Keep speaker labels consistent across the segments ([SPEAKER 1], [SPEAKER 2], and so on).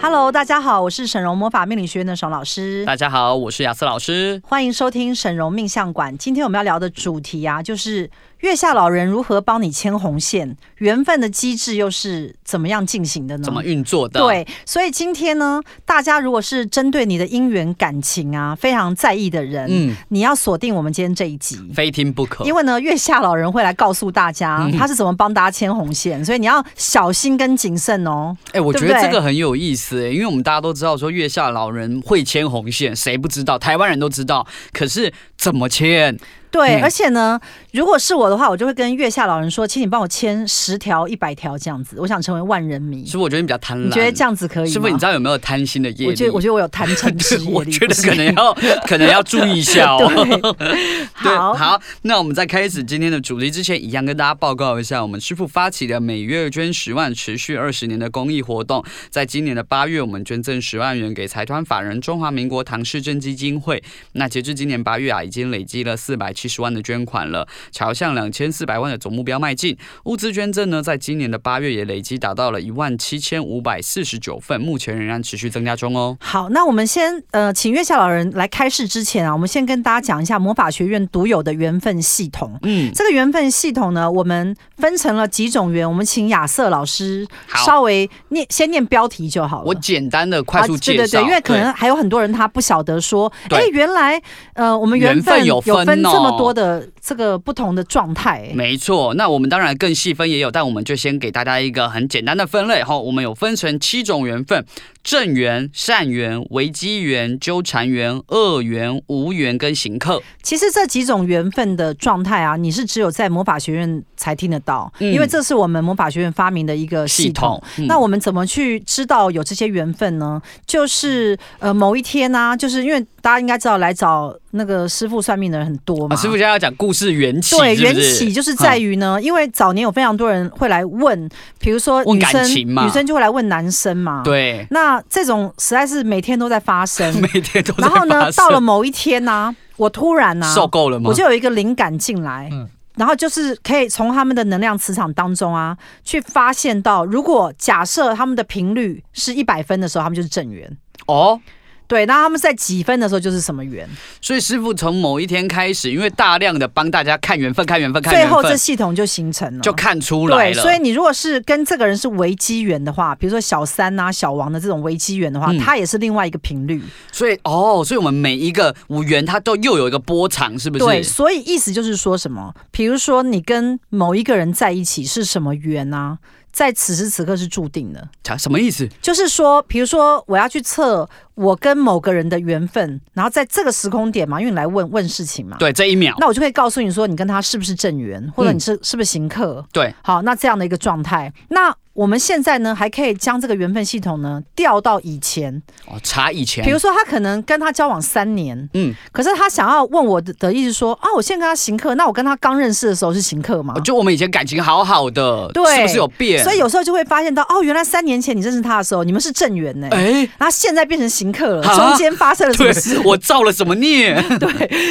[SPEAKER 1] Hello，大家好，我是沈荣魔法命理学院的沈荣老师。
[SPEAKER 2] 大家好，我是雅思老师。
[SPEAKER 1] 欢迎收听沈荣命相馆。今天我们要聊的主题啊，就是月下老人如何帮你牵红线，缘分的机制又是怎么样进行的呢？
[SPEAKER 2] 怎么运作的？，
[SPEAKER 1] 嗯对，所以今天呢，大家如果是针对你的姻缘感情啊，非常在意的人，
[SPEAKER 2] 嗯，
[SPEAKER 1] 你要锁定我们今天这一集。
[SPEAKER 2] 非听不可
[SPEAKER 1] 因。为呢，月下老人会来告诉大
[SPEAKER 2] 嗯
[SPEAKER 1] 家他是怎么帮大家牵红线，所以你要小心跟谨慎哦。
[SPEAKER 2] 哎，我
[SPEAKER 1] 对不
[SPEAKER 2] 觉得这
[SPEAKER 1] 对
[SPEAKER 2] 个很有意思，哎因为我们大家都知道说月下老人会牵红线，谁不知道？台湾人都知道，可是怎么牵？
[SPEAKER 1] 对，
[SPEAKER 2] 嗯
[SPEAKER 1] 而且呢，如果是我的话，我就会跟月下老人说，请你帮我牵十条、一百条这样子，我想成为万人迷。
[SPEAKER 2] 是不是我觉得你比较贪婪？
[SPEAKER 1] 你觉得这样子可以吗？
[SPEAKER 2] 是不是你知道有没有贪心的业力？
[SPEAKER 1] 我觉得，我觉得我有谈成之业力，
[SPEAKER 2] 我觉得
[SPEAKER 1] 不是
[SPEAKER 2] 可能要可能要注意一下哦。
[SPEAKER 1] 对，
[SPEAKER 2] 对，
[SPEAKER 1] 好，
[SPEAKER 2] 好，那我们在开始今天的主题之前，一样跟大家报告一下，我们师傅发起的每月捐十万、持续二十年的公益活动，在今年的八月，我们捐赠十万元给财团法人中华民国唐氏症基金会。那截至今年八月啊，已经累积了四百七十万的捐款了，朝向两千四百万的总目标迈进。物资捐赠呢，在今年的八月也累积达到了一万七千五百四十九份，目前仍然持续增加中哦。
[SPEAKER 1] 好，那我们先呃，请月下老人来开示之前啊，我们先跟大家讲一下魔法学院独有的缘分系统。
[SPEAKER 2] 嗯，
[SPEAKER 1] 这个缘分系统呢，我们分成了几种缘，我们请亚瑟老师
[SPEAKER 2] 好
[SPEAKER 1] 稍微念先念标题就好了。
[SPEAKER 2] 我简单的快速
[SPEAKER 1] 啊对
[SPEAKER 2] 介绍，
[SPEAKER 1] 对对，因为可能还有很多人他不晓得说，哎
[SPEAKER 2] 对，
[SPEAKER 1] 原来呃，我们缘
[SPEAKER 2] 缘分有
[SPEAKER 1] 有
[SPEAKER 2] 分
[SPEAKER 1] 分这么
[SPEAKER 2] 哦
[SPEAKER 1] 多的这个不同的状态、
[SPEAKER 2] 没错，那我们当然更细分也有，但我们就先给大家一个很简单的分类哈。我们有分成七种缘分：正缘、善缘、危机缘、纠缠缘、恶缘、无缘跟行客。
[SPEAKER 1] 其实这几种缘分的状态啊，你是只有在魔法学院才听得到，
[SPEAKER 2] 嗯
[SPEAKER 1] 因为这是我们魔法学院发明的一个系
[SPEAKER 2] 系
[SPEAKER 1] 统。
[SPEAKER 2] 统，嗯
[SPEAKER 1] 那我们怎么去知道有这些缘分呢？就是呃，某一天呢、就是因为大家应该知道来找那个师傅算命的人很多嘛。
[SPEAKER 2] 啊师傅现在要讲故事缘起，
[SPEAKER 1] 对，
[SPEAKER 2] 是不
[SPEAKER 1] 缘
[SPEAKER 2] 是嗯
[SPEAKER 1] 起就是在于呢，因为早年有非常多人会来问，比如说
[SPEAKER 2] 问
[SPEAKER 1] 女生
[SPEAKER 2] 感情嘛
[SPEAKER 1] 女生就会来问男生嘛。，
[SPEAKER 2] 对，。
[SPEAKER 1] 那这种实在是每天都在发生
[SPEAKER 2] 每天都在
[SPEAKER 1] 然后呢
[SPEAKER 2] 发，生
[SPEAKER 1] 到了某一天呢、我突然呢、啊
[SPEAKER 2] 受够了吗？
[SPEAKER 1] 我就有一个灵感进来，
[SPEAKER 2] 嗯
[SPEAKER 1] 然后就是可以从他们的能量磁场当中啊，去发现到，如果假设他们的频率是一百分的时候，他们就是正缘。
[SPEAKER 2] 哦，
[SPEAKER 1] 对，那他们在几分的时候就是什么缘，
[SPEAKER 2] 所以师傅从某一天开始，因为大量的帮大家看缘分、看缘分、看
[SPEAKER 1] 最
[SPEAKER 2] 缘
[SPEAKER 1] 后这
[SPEAKER 2] 分，
[SPEAKER 1] 系统就形成了。
[SPEAKER 2] 就看出来
[SPEAKER 1] 对，
[SPEAKER 2] 了。
[SPEAKER 1] 所以你如果是跟这个人是危机缘的话，比如说小三呐、小王的这种危机缘的话，
[SPEAKER 2] 嗯
[SPEAKER 1] 它也是另外一个频率。
[SPEAKER 2] 所以哦，所以我们每一个五缘，它都又有一个波长，是不是？
[SPEAKER 1] 对，所以意思就是说什么？比如说你跟某一个人在一起是什么缘啊？在此时此刻是注定的。
[SPEAKER 2] 啥什么意思？
[SPEAKER 1] 就是说，比如说我要去测我跟某个人的缘分，然后在这个时空点嘛，因为你来问问事情嘛，，
[SPEAKER 2] 对，这一秒，
[SPEAKER 1] 那我就可以告诉你说你跟他是不是正缘，或者
[SPEAKER 2] 嗯
[SPEAKER 1] 你是、是不是行客。
[SPEAKER 2] 对，
[SPEAKER 1] 好，那这样的一个状态，那我们现在呢，还可以将这个缘分系统呢调到以前，
[SPEAKER 2] 哦，查以前，
[SPEAKER 1] 比如说他可能跟他交往三年，
[SPEAKER 2] 嗯，
[SPEAKER 1] 可是他想要问我的的意思说啊，我现在跟他行客，那我跟他刚认识的时候是行客吗
[SPEAKER 2] 哦？就我们以前感情好好的，
[SPEAKER 1] 啊对
[SPEAKER 2] 是不是有变？
[SPEAKER 1] 所以有时候就会发现到哦，原来三年前你认识他的时候，你们是正缘呢、
[SPEAKER 2] 哎，
[SPEAKER 1] 然后现在变成行客了，
[SPEAKER 2] 啊
[SPEAKER 1] 中间发生了什么
[SPEAKER 2] 对
[SPEAKER 1] 事？，
[SPEAKER 2] 我造了什么孽？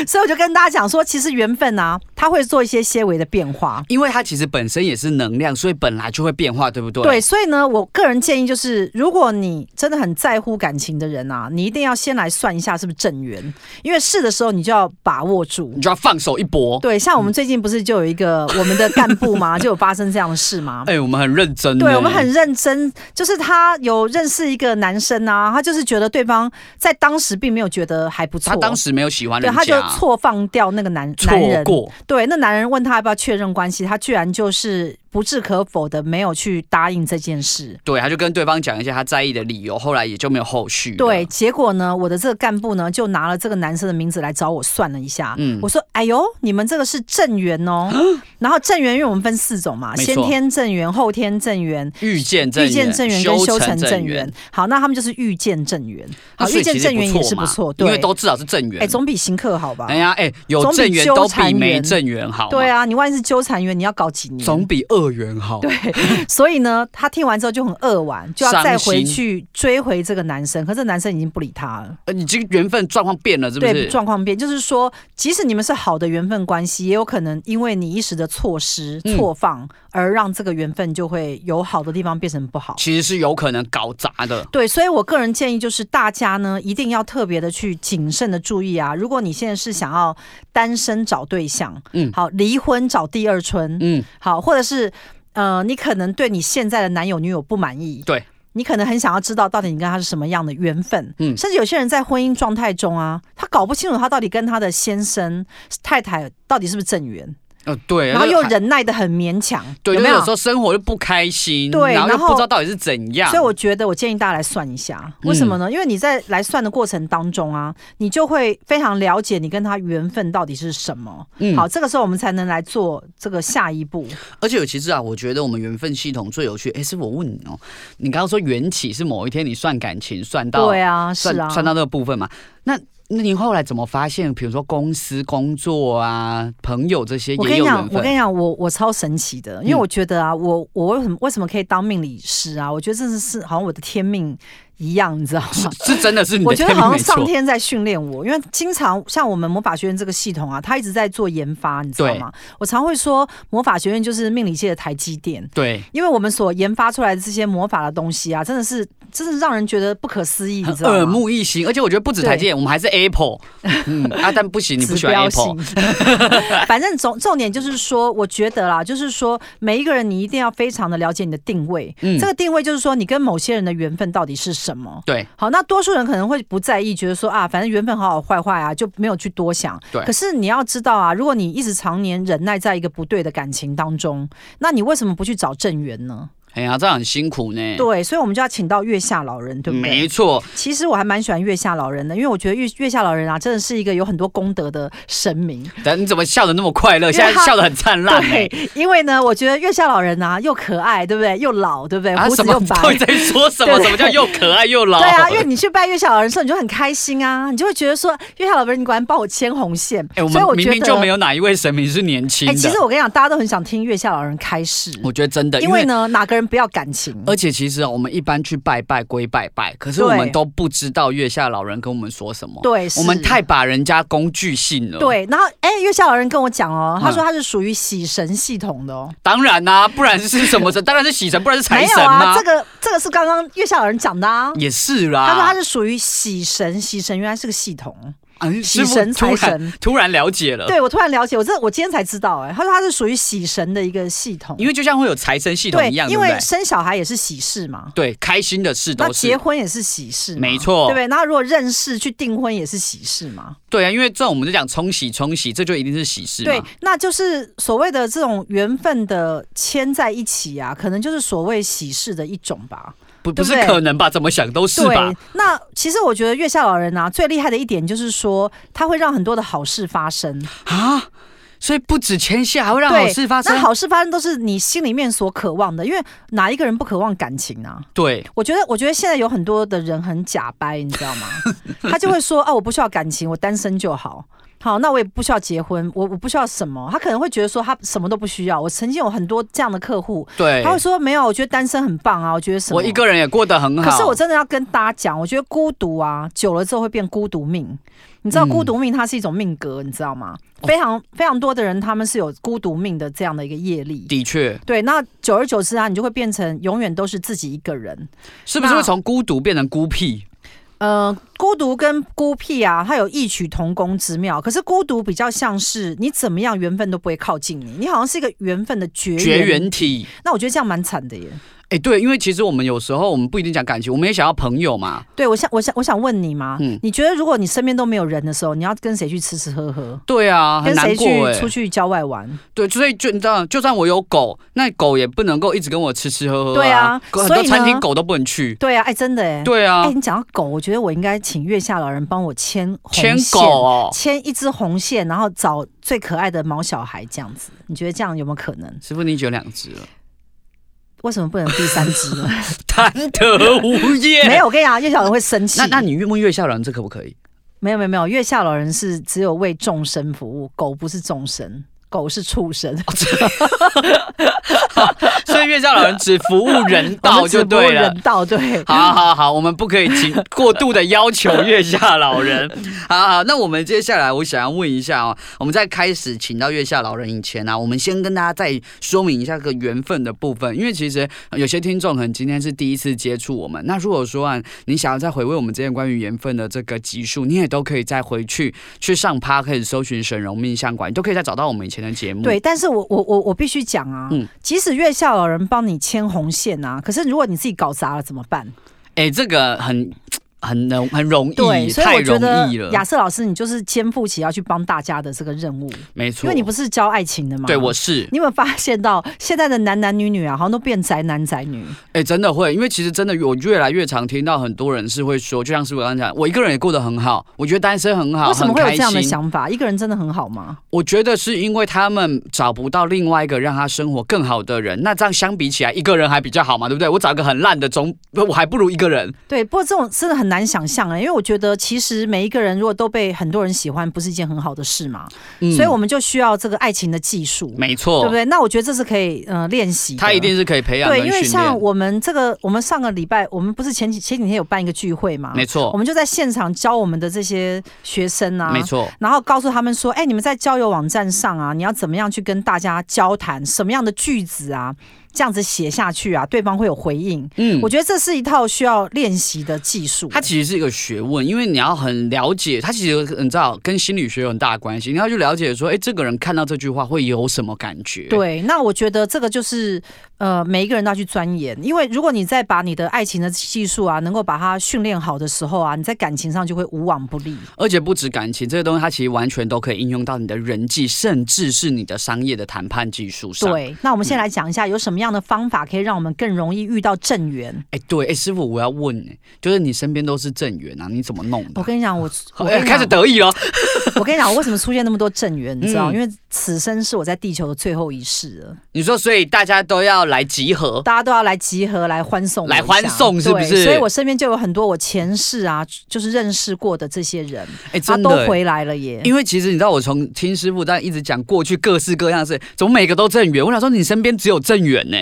[SPEAKER 1] 所以我就跟大家讲说，其实缘分啊，它会做一些些微的变化。
[SPEAKER 2] 因为它其实本身也是能量，所以本来就会变化，对不对？
[SPEAKER 1] 对，，所以呢，我个人建议就是，如果你真的很在乎感情的人啊，你一定要先来算一下是不是正缘，因为是的时候你就要把握住
[SPEAKER 2] 你。就要放手一搏。
[SPEAKER 1] 对，像我们最近不是就有一个我们的干部 嘛，就有发生这样的事嘛。
[SPEAKER 2] 哎，我们很认真呢，
[SPEAKER 1] 对，我们很认真，就是他有认识一个男生啊，他就是觉得对方在当时并没有觉得还不错，
[SPEAKER 2] 他当时没有喜欢
[SPEAKER 1] 对
[SPEAKER 2] 啊人
[SPEAKER 1] 他就
[SPEAKER 2] 家，
[SPEAKER 1] 错放掉那个男男
[SPEAKER 2] 错
[SPEAKER 1] 人，
[SPEAKER 2] 过，
[SPEAKER 1] 对，那男人问他要不要确认关系，他居然就是不置可否的没有去答应这件事。
[SPEAKER 2] 对，他就跟对方讲一下他在意的理由，后来也就没有后续。
[SPEAKER 1] 对，，结果呢，我的这个干部呢，就拿了这个男生的名字来找我算了一下。
[SPEAKER 2] 嗯
[SPEAKER 1] 我说：“哎呦，你们这个是正缘 哦。”然后正缘，因为我们分四种嘛，
[SPEAKER 2] 没
[SPEAKER 1] 先
[SPEAKER 2] 错
[SPEAKER 1] 天正缘、后天正缘、
[SPEAKER 2] 遇见正
[SPEAKER 1] 遇
[SPEAKER 2] 缘，
[SPEAKER 1] 见正缘跟修成正缘
[SPEAKER 2] 缘，。
[SPEAKER 1] 好，那他们就是遇见正缘。
[SPEAKER 2] 那
[SPEAKER 1] 好，
[SPEAKER 2] 所以
[SPEAKER 1] 遇见
[SPEAKER 2] 其实
[SPEAKER 1] 正缘也是不
[SPEAKER 2] 嘛
[SPEAKER 1] 错，
[SPEAKER 2] 因为
[SPEAKER 1] 对
[SPEAKER 2] 都至少是正缘。
[SPEAKER 1] 哎，总比行客好吧
[SPEAKER 2] 哎？呀，哎，有
[SPEAKER 1] 总比
[SPEAKER 2] 正缘
[SPEAKER 1] 纠
[SPEAKER 2] 都
[SPEAKER 1] 缠
[SPEAKER 2] 比没
[SPEAKER 1] 缘
[SPEAKER 2] 正缘好嘛。
[SPEAKER 1] 对啊，你万一是纠缠缘，你要搞几年？
[SPEAKER 2] 总比恶缘好。对，
[SPEAKER 1] 所以呢，他听完之后就很扼腕，就要再
[SPEAKER 2] 伤心
[SPEAKER 1] 回去追回这个男生。可是这男生已经不理他了，
[SPEAKER 2] 已经缘分状况变了，是不
[SPEAKER 1] 对
[SPEAKER 2] 是？
[SPEAKER 1] 状况变，就是说，即使你们是好的缘分关系，也有可能因为你一时的错失、
[SPEAKER 2] 嗯
[SPEAKER 1] 错放，而让这个缘分就会由好的地方变成不好。
[SPEAKER 2] 其实是有可能搞砸的。
[SPEAKER 1] 对，所以我个人建议就是大家呢，一定要特别的去谨慎的注意啊。如果你现在是想要单身找对象，
[SPEAKER 2] 嗯
[SPEAKER 1] 好，离婚找第二春，
[SPEAKER 2] 嗯，
[SPEAKER 1] 好，或者是呃，你可能对你现在的男友女友不满意，
[SPEAKER 2] 对。
[SPEAKER 1] 你可能很想要知道到底你跟他是什么样的缘分，
[SPEAKER 2] 嗯
[SPEAKER 1] 甚至有些人在婚姻状态中啊，他搞不清楚他到底跟他的先生、太太到底是不是正缘，
[SPEAKER 2] 呃，对，
[SPEAKER 1] 然后
[SPEAKER 2] 就
[SPEAKER 1] 又
[SPEAKER 2] 还。
[SPEAKER 1] 忍耐的很勉强，
[SPEAKER 2] 对，
[SPEAKER 1] 有
[SPEAKER 2] 就
[SPEAKER 1] 没
[SPEAKER 2] 是
[SPEAKER 1] 有
[SPEAKER 2] 有时？候生活就不开心，
[SPEAKER 1] 对
[SPEAKER 2] 然后又
[SPEAKER 1] 然后
[SPEAKER 2] 不知道到底是怎样，嗯
[SPEAKER 1] 所以我觉得，我建议大家来算一下，为什么呢？因为你在来算的过程当中啊，你就会非常了解你跟他缘分到底是什么。
[SPEAKER 2] 嗯
[SPEAKER 1] 好，这个时候我们才能来做这个下一步。
[SPEAKER 2] 而且其实啊，我觉得我们缘分系统最有趣。哎，师傅，我问你哦，你刚刚说缘起是某一天你算感情算到，
[SPEAKER 1] 对啊，是
[SPEAKER 2] 算
[SPEAKER 1] 啊，
[SPEAKER 2] 算到那个部分嘛？那那您后来怎么发现？比如说公司工作啊、朋友这些
[SPEAKER 1] 我
[SPEAKER 2] 也
[SPEAKER 1] 跟你
[SPEAKER 2] 有
[SPEAKER 1] 讲
[SPEAKER 2] 缘，
[SPEAKER 1] 我跟
[SPEAKER 2] 分。
[SPEAKER 1] 你讲，我我超神奇的，因为
[SPEAKER 2] 嗯
[SPEAKER 1] 我觉得啊，我我为什么为什么可以当命理师啊？我觉得这是是好像我的天命一样，你知道 吗？
[SPEAKER 2] 是真的是你
[SPEAKER 1] 我
[SPEAKER 2] 的
[SPEAKER 1] 觉
[SPEAKER 2] 天
[SPEAKER 1] 得好
[SPEAKER 2] 命没
[SPEAKER 1] 像上
[SPEAKER 2] 错，
[SPEAKER 1] 天在训练我，因为经常像我们魔法学院这个系统啊，它一直在做研发，你知道
[SPEAKER 2] 对
[SPEAKER 1] 吗？我常会说魔法学院就是命理界的台积电，
[SPEAKER 2] 对，
[SPEAKER 1] 因为我们所研发出来的这些魔法的东西啊，真的是真的让人觉得不可思议，你
[SPEAKER 2] 很
[SPEAKER 1] 知道
[SPEAKER 2] 耳
[SPEAKER 1] 吗？
[SPEAKER 2] 目一新。而且我觉得不止台积电，我们还是 Apple，嗯啊，但不行，你不喜欢 Apple，
[SPEAKER 1] 反正重重点就是说，我觉得啦，就是说每一个人你一定要非常的了解你的定位。
[SPEAKER 2] 嗯
[SPEAKER 1] 这个定位就是说你跟某些人的缘分到底是什么。
[SPEAKER 2] 对，
[SPEAKER 1] 好，那多数人可能会不在意，觉得说啊，反正缘分好好坏坏啊，就没有去多想。
[SPEAKER 2] 对
[SPEAKER 1] 可是你要知道啊，如果你一直常年忍耐在一个不对的感情当中，那你为什么不去找正缘呢？
[SPEAKER 2] 哎呀，这样很辛苦呢。
[SPEAKER 1] 对，所以我们就要请到月下老人，对不对？
[SPEAKER 2] 嗯没错，
[SPEAKER 1] 其实我还蛮喜欢月下老人的，因为我觉得月月下老人啊，真的是一个有很多功德的神明。
[SPEAKER 2] 但你怎么笑的那么快乐？
[SPEAKER 1] 因为
[SPEAKER 2] 现在
[SPEAKER 1] 他
[SPEAKER 2] 笑的很灿烂呢。
[SPEAKER 1] 对，因为呢，我觉得月下老人啊，又可爱，对不对？又老，对不对？
[SPEAKER 2] 啊，
[SPEAKER 1] 胡子
[SPEAKER 2] 什么
[SPEAKER 1] 又？白。
[SPEAKER 2] 到底在说什么？
[SPEAKER 1] 对
[SPEAKER 2] 什么叫又可爱又老？
[SPEAKER 1] 对啊，因为你去拜月下老人的时候，你就很开心啊，你就会觉得说，月下老人，你果然帮我牵红线。
[SPEAKER 2] 哎，我
[SPEAKER 1] 所以
[SPEAKER 2] 们
[SPEAKER 1] 我觉
[SPEAKER 2] 明
[SPEAKER 1] 得
[SPEAKER 2] 明就没。有哪一位神明是年轻
[SPEAKER 1] 哎、
[SPEAKER 2] 的。
[SPEAKER 1] 其实我跟你讲，大家都很想听月下老人开示，
[SPEAKER 2] 我觉得真的，
[SPEAKER 1] 因为。呢，哪个人不要感情？
[SPEAKER 2] 而且其实啊，我们一般去拜拜归拜拜，可是我
[SPEAKER 1] 对
[SPEAKER 2] 们都不知道月下老人跟我们说什么。
[SPEAKER 1] 对，是
[SPEAKER 2] 我们太把人家工具性了。，
[SPEAKER 1] 对。然后，哎、月下老人跟我讲哦，他说
[SPEAKER 2] 嗯
[SPEAKER 1] 他是属于喜神系统的哦。
[SPEAKER 2] 当然啦、不然是什么神？ 当然是喜神，不然是财
[SPEAKER 1] 没
[SPEAKER 2] 神
[SPEAKER 1] 有啊，
[SPEAKER 2] 吗？
[SPEAKER 1] 这个这个是刚刚月下老人讲的啊。
[SPEAKER 2] 也是啦。
[SPEAKER 1] 他说他是属于喜神，喜神原来是个系统。
[SPEAKER 2] 啊
[SPEAKER 1] 喜
[SPEAKER 2] 师傅
[SPEAKER 1] 神
[SPEAKER 2] 突
[SPEAKER 1] 财
[SPEAKER 2] 然
[SPEAKER 1] 神
[SPEAKER 2] 突然了解了。
[SPEAKER 1] 对我突然了解，我这我今天才知道哎、他说他是属于喜神的一个系统，
[SPEAKER 2] 因为就像会有财神系统
[SPEAKER 1] 对
[SPEAKER 2] 一样，，对
[SPEAKER 1] 因
[SPEAKER 2] 不
[SPEAKER 1] 为
[SPEAKER 2] 对？
[SPEAKER 1] 生小孩也是喜事嘛。
[SPEAKER 2] 对，开心的事
[SPEAKER 1] 那
[SPEAKER 2] 都
[SPEAKER 1] 结
[SPEAKER 2] 是。
[SPEAKER 1] 婚也是喜事嘛，
[SPEAKER 2] 没错
[SPEAKER 1] 对不对？那如果认识去订婚也是喜事嘛，
[SPEAKER 2] 对啊，因为这种我们就讲冲喜冲喜，这就一定是喜事嘛。
[SPEAKER 1] 对，那就是所谓的这种缘分的牵在一起啊，可能就是所谓喜事的一种吧。
[SPEAKER 2] 不
[SPEAKER 1] 对不
[SPEAKER 2] 不是
[SPEAKER 1] 对
[SPEAKER 2] 可能吧？怎么想都是吧
[SPEAKER 1] 对？，那其实我觉得月下老人啊，最厉害的一点就是说，他会让很多的好事发生。
[SPEAKER 2] 啊，所以不止牵线，还会让
[SPEAKER 1] 对
[SPEAKER 2] 好事发生
[SPEAKER 1] 那。好事发生都是你心里面所渴望的，因为哪一个人不渴望感情啊？
[SPEAKER 2] 对，
[SPEAKER 1] 我觉得，我觉得现在有很多的人很假掰，你知道 吗？他就会说啊，我不需要感情，我单身就好。好，那我也不需要结婚，我我不需要什么。他可能会觉得说他什么都不需要。我曾经有很多这样的客户，
[SPEAKER 2] 对
[SPEAKER 1] 他，会说没有，我觉得单身很棒啊，我觉得什么。
[SPEAKER 2] 哎我一个人也过得很好。
[SPEAKER 1] 可是我真的要跟大家讲，我觉得孤独啊，久了之后会变孤独命。你知道
[SPEAKER 2] 嗯
[SPEAKER 1] 孤独命它是一种命格，你知道吗？
[SPEAKER 2] 哦
[SPEAKER 1] 非常非常多的人，他们是有孤独命的这样的一个业力。
[SPEAKER 2] 的确，
[SPEAKER 1] 对，那久而久之啊，你就会变成永远都是自己一个人。
[SPEAKER 2] 是不是会从孤独变成孤僻？
[SPEAKER 1] 呃，孤独跟孤僻啊，它有异曲同工之妙。可是孤独比较像是你怎么样缘分都不会靠近你，你好像是一个缘分的绝缘。
[SPEAKER 2] 绝缘体。
[SPEAKER 1] 那我觉得这样蛮惨的耶。
[SPEAKER 2] 哎，对，因为其实我们有时候我们不一定讲感情，我们也想要朋友嘛。
[SPEAKER 1] 对我想，我想，我想问你嘛，
[SPEAKER 2] 嗯
[SPEAKER 1] 你觉得如果你身边都没有人的时候，你要跟谁去吃吃喝喝？
[SPEAKER 2] 对啊，很
[SPEAKER 1] 跟谁
[SPEAKER 2] 难过哎、
[SPEAKER 1] 去出去郊外玩？
[SPEAKER 2] 对，所以就你知道，就算我有狗，那狗也不能够一直跟我吃吃喝喝、
[SPEAKER 1] 对啊
[SPEAKER 2] 狗很
[SPEAKER 1] 所以
[SPEAKER 2] 多
[SPEAKER 1] 呢
[SPEAKER 2] 餐厅狗都不能去。
[SPEAKER 1] 对啊，哎，真的哎。
[SPEAKER 2] 对啊，
[SPEAKER 1] 哎，你讲到狗，我觉得我应该请月下老人帮我牵红
[SPEAKER 2] 牵
[SPEAKER 1] 线
[SPEAKER 2] 狗哦，
[SPEAKER 1] 牵一只红线，然后找最可爱的毛小孩这样子，你觉得这样有没有可能？
[SPEAKER 2] 师傅你已经有两只了，
[SPEAKER 1] 为什么不能第三只呢？
[SPEAKER 2] 贪得无厌。
[SPEAKER 1] 没有，我跟你讲，月下老人会生气。
[SPEAKER 2] 那那你月梦月下人这可不可以？
[SPEAKER 1] 没有没有没有，月下老人是只有为众生服务，狗不是众生，狗是畜生。
[SPEAKER 2] 哦所以月下老人只服务人
[SPEAKER 1] 我
[SPEAKER 2] 道
[SPEAKER 1] 们只
[SPEAKER 2] 就
[SPEAKER 1] 不过
[SPEAKER 2] 对了
[SPEAKER 1] 人。道对。
[SPEAKER 2] 好好好，我们不可以请过度的要求月下老人。好好，那我们接下来我想要问一下哦，我们在开始请到月下老人以前呢、啊，我们先跟大家再说明一下这个缘分的部分，因为其实有些听众可能今天是第一次接触我们。那如果说啊，你想要再回味我们之前关于缘分的这个集数，你也都可以再回去去上趴，可以搜寻沈荣命相馆，你都可以再找到我们以前的节目。
[SPEAKER 1] 对，但是我我我我必须讲啊，
[SPEAKER 2] 嗯
[SPEAKER 1] 即使月下老人帮你牵红线啊，可是如果你自己搞砸了怎么办？
[SPEAKER 2] 哎、这个很很容很容
[SPEAKER 1] 对，
[SPEAKER 2] 易，
[SPEAKER 1] 所以
[SPEAKER 2] 太
[SPEAKER 1] 我觉得
[SPEAKER 2] 容易了
[SPEAKER 1] 亚，瑟老师，你就是肩负起要去帮大家的这个任务，
[SPEAKER 2] 没错，
[SPEAKER 1] 因为你不是教爱情的嘛。
[SPEAKER 2] 对我是，
[SPEAKER 1] 你有没有发现到 现在的男男女女啊，好像都变宅男宅女？
[SPEAKER 2] 哎、真的会，因为其实真的我越来越常听到很多人是会说，就像是我刚刚讲，我一个人也过得很好，我觉得单身很好，
[SPEAKER 1] 为什么会有
[SPEAKER 2] 很开
[SPEAKER 1] 这样的
[SPEAKER 2] 心？
[SPEAKER 1] 想法？一个人真的很好吗？
[SPEAKER 2] 我觉得是因为他们找不到另外一个让他生活更好的人，那这样相比起来，一个人还比较好嘛，对不对？我找一个很烂的总，我还不如一个人。
[SPEAKER 1] 对，不过这种真的很难想象哎、因为我觉得其实每一个人如果都被很多人喜欢，不是一件很好的事嘛。
[SPEAKER 2] 嗯
[SPEAKER 1] 所以我们就需要这个爱情的技术，
[SPEAKER 2] 没错，
[SPEAKER 1] 对不对？那我觉得这是可以呃练习的，
[SPEAKER 2] 他一定是可以培养跟
[SPEAKER 1] 对，
[SPEAKER 2] 训
[SPEAKER 1] 因
[SPEAKER 2] 练。
[SPEAKER 1] 为像我们这个，我们上个礼拜我们不是前几前几天有办一个聚会嘛，
[SPEAKER 2] 没错
[SPEAKER 1] 我，们就在现场教我们的这些学生啊，
[SPEAKER 2] 没。错，
[SPEAKER 1] 然后告诉他们说：“哎，你们在交友网站上啊，你要怎么样去跟大家交谈，什么样的句子啊，这样子写下去啊，对方会有回应。
[SPEAKER 2] 嗯
[SPEAKER 1] 我觉得这是一套需要练习的技术。
[SPEAKER 2] 它其实是一个学问，因为你要很了解，它其实你知道跟心理学有很大的关系，你要去了解说，哎，这个人看到这句话会有什么感觉？，
[SPEAKER 1] 对，那我觉得这个就是呃，每一个人都要去钻研，因为如果你在把你的爱情的技术啊，能够把它训练好的时候啊，你在感情上就会无往不利。
[SPEAKER 2] 而且不止感情这些东西，它其实完全都可以应用到你的人际，甚至是你的商业的谈判技术上。，
[SPEAKER 1] 对，那我们先来讲一下有什么样的方法可以让我们更容易遇到正缘。
[SPEAKER 2] 哎，对，哎，师傅，我要问，哎，就是你身边都是正缘啊，你怎么弄的
[SPEAKER 1] 我？ 跟你讲，我我
[SPEAKER 2] 哎
[SPEAKER 1] 跟你
[SPEAKER 2] 开始
[SPEAKER 1] 讲，
[SPEAKER 2] 得意了，
[SPEAKER 1] 我跟你讲，我为什么出现那么多正缘，你知道？
[SPEAKER 2] 嗯
[SPEAKER 1] 因为此生是我在地球的最后一世了，
[SPEAKER 2] 你说，所以大家都要来集合，
[SPEAKER 1] 大家都要来集合来欢送我一下，
[SPEAKER 2] 来欢送是不
[SPEAKER 1] 对
[SPEAKER 2] 是
[SPEAKER 1] 所以我身边就有很多我前世啊，就是认识过的这些人，
[SPEAKER 2] 哎，
[SPEAKER 1] 他
[SPEAKER 2] 真的
[SPEAKER 1] 都
[SPEAKER 2] 哎。
[SPEAKER 1] 回来了耶。
[SPEAKER 2] 因为其实你知道，我从听师傅在一直讲过去各式各样的事，怎么每个都正缘？我想说，你身边只有正缘呢、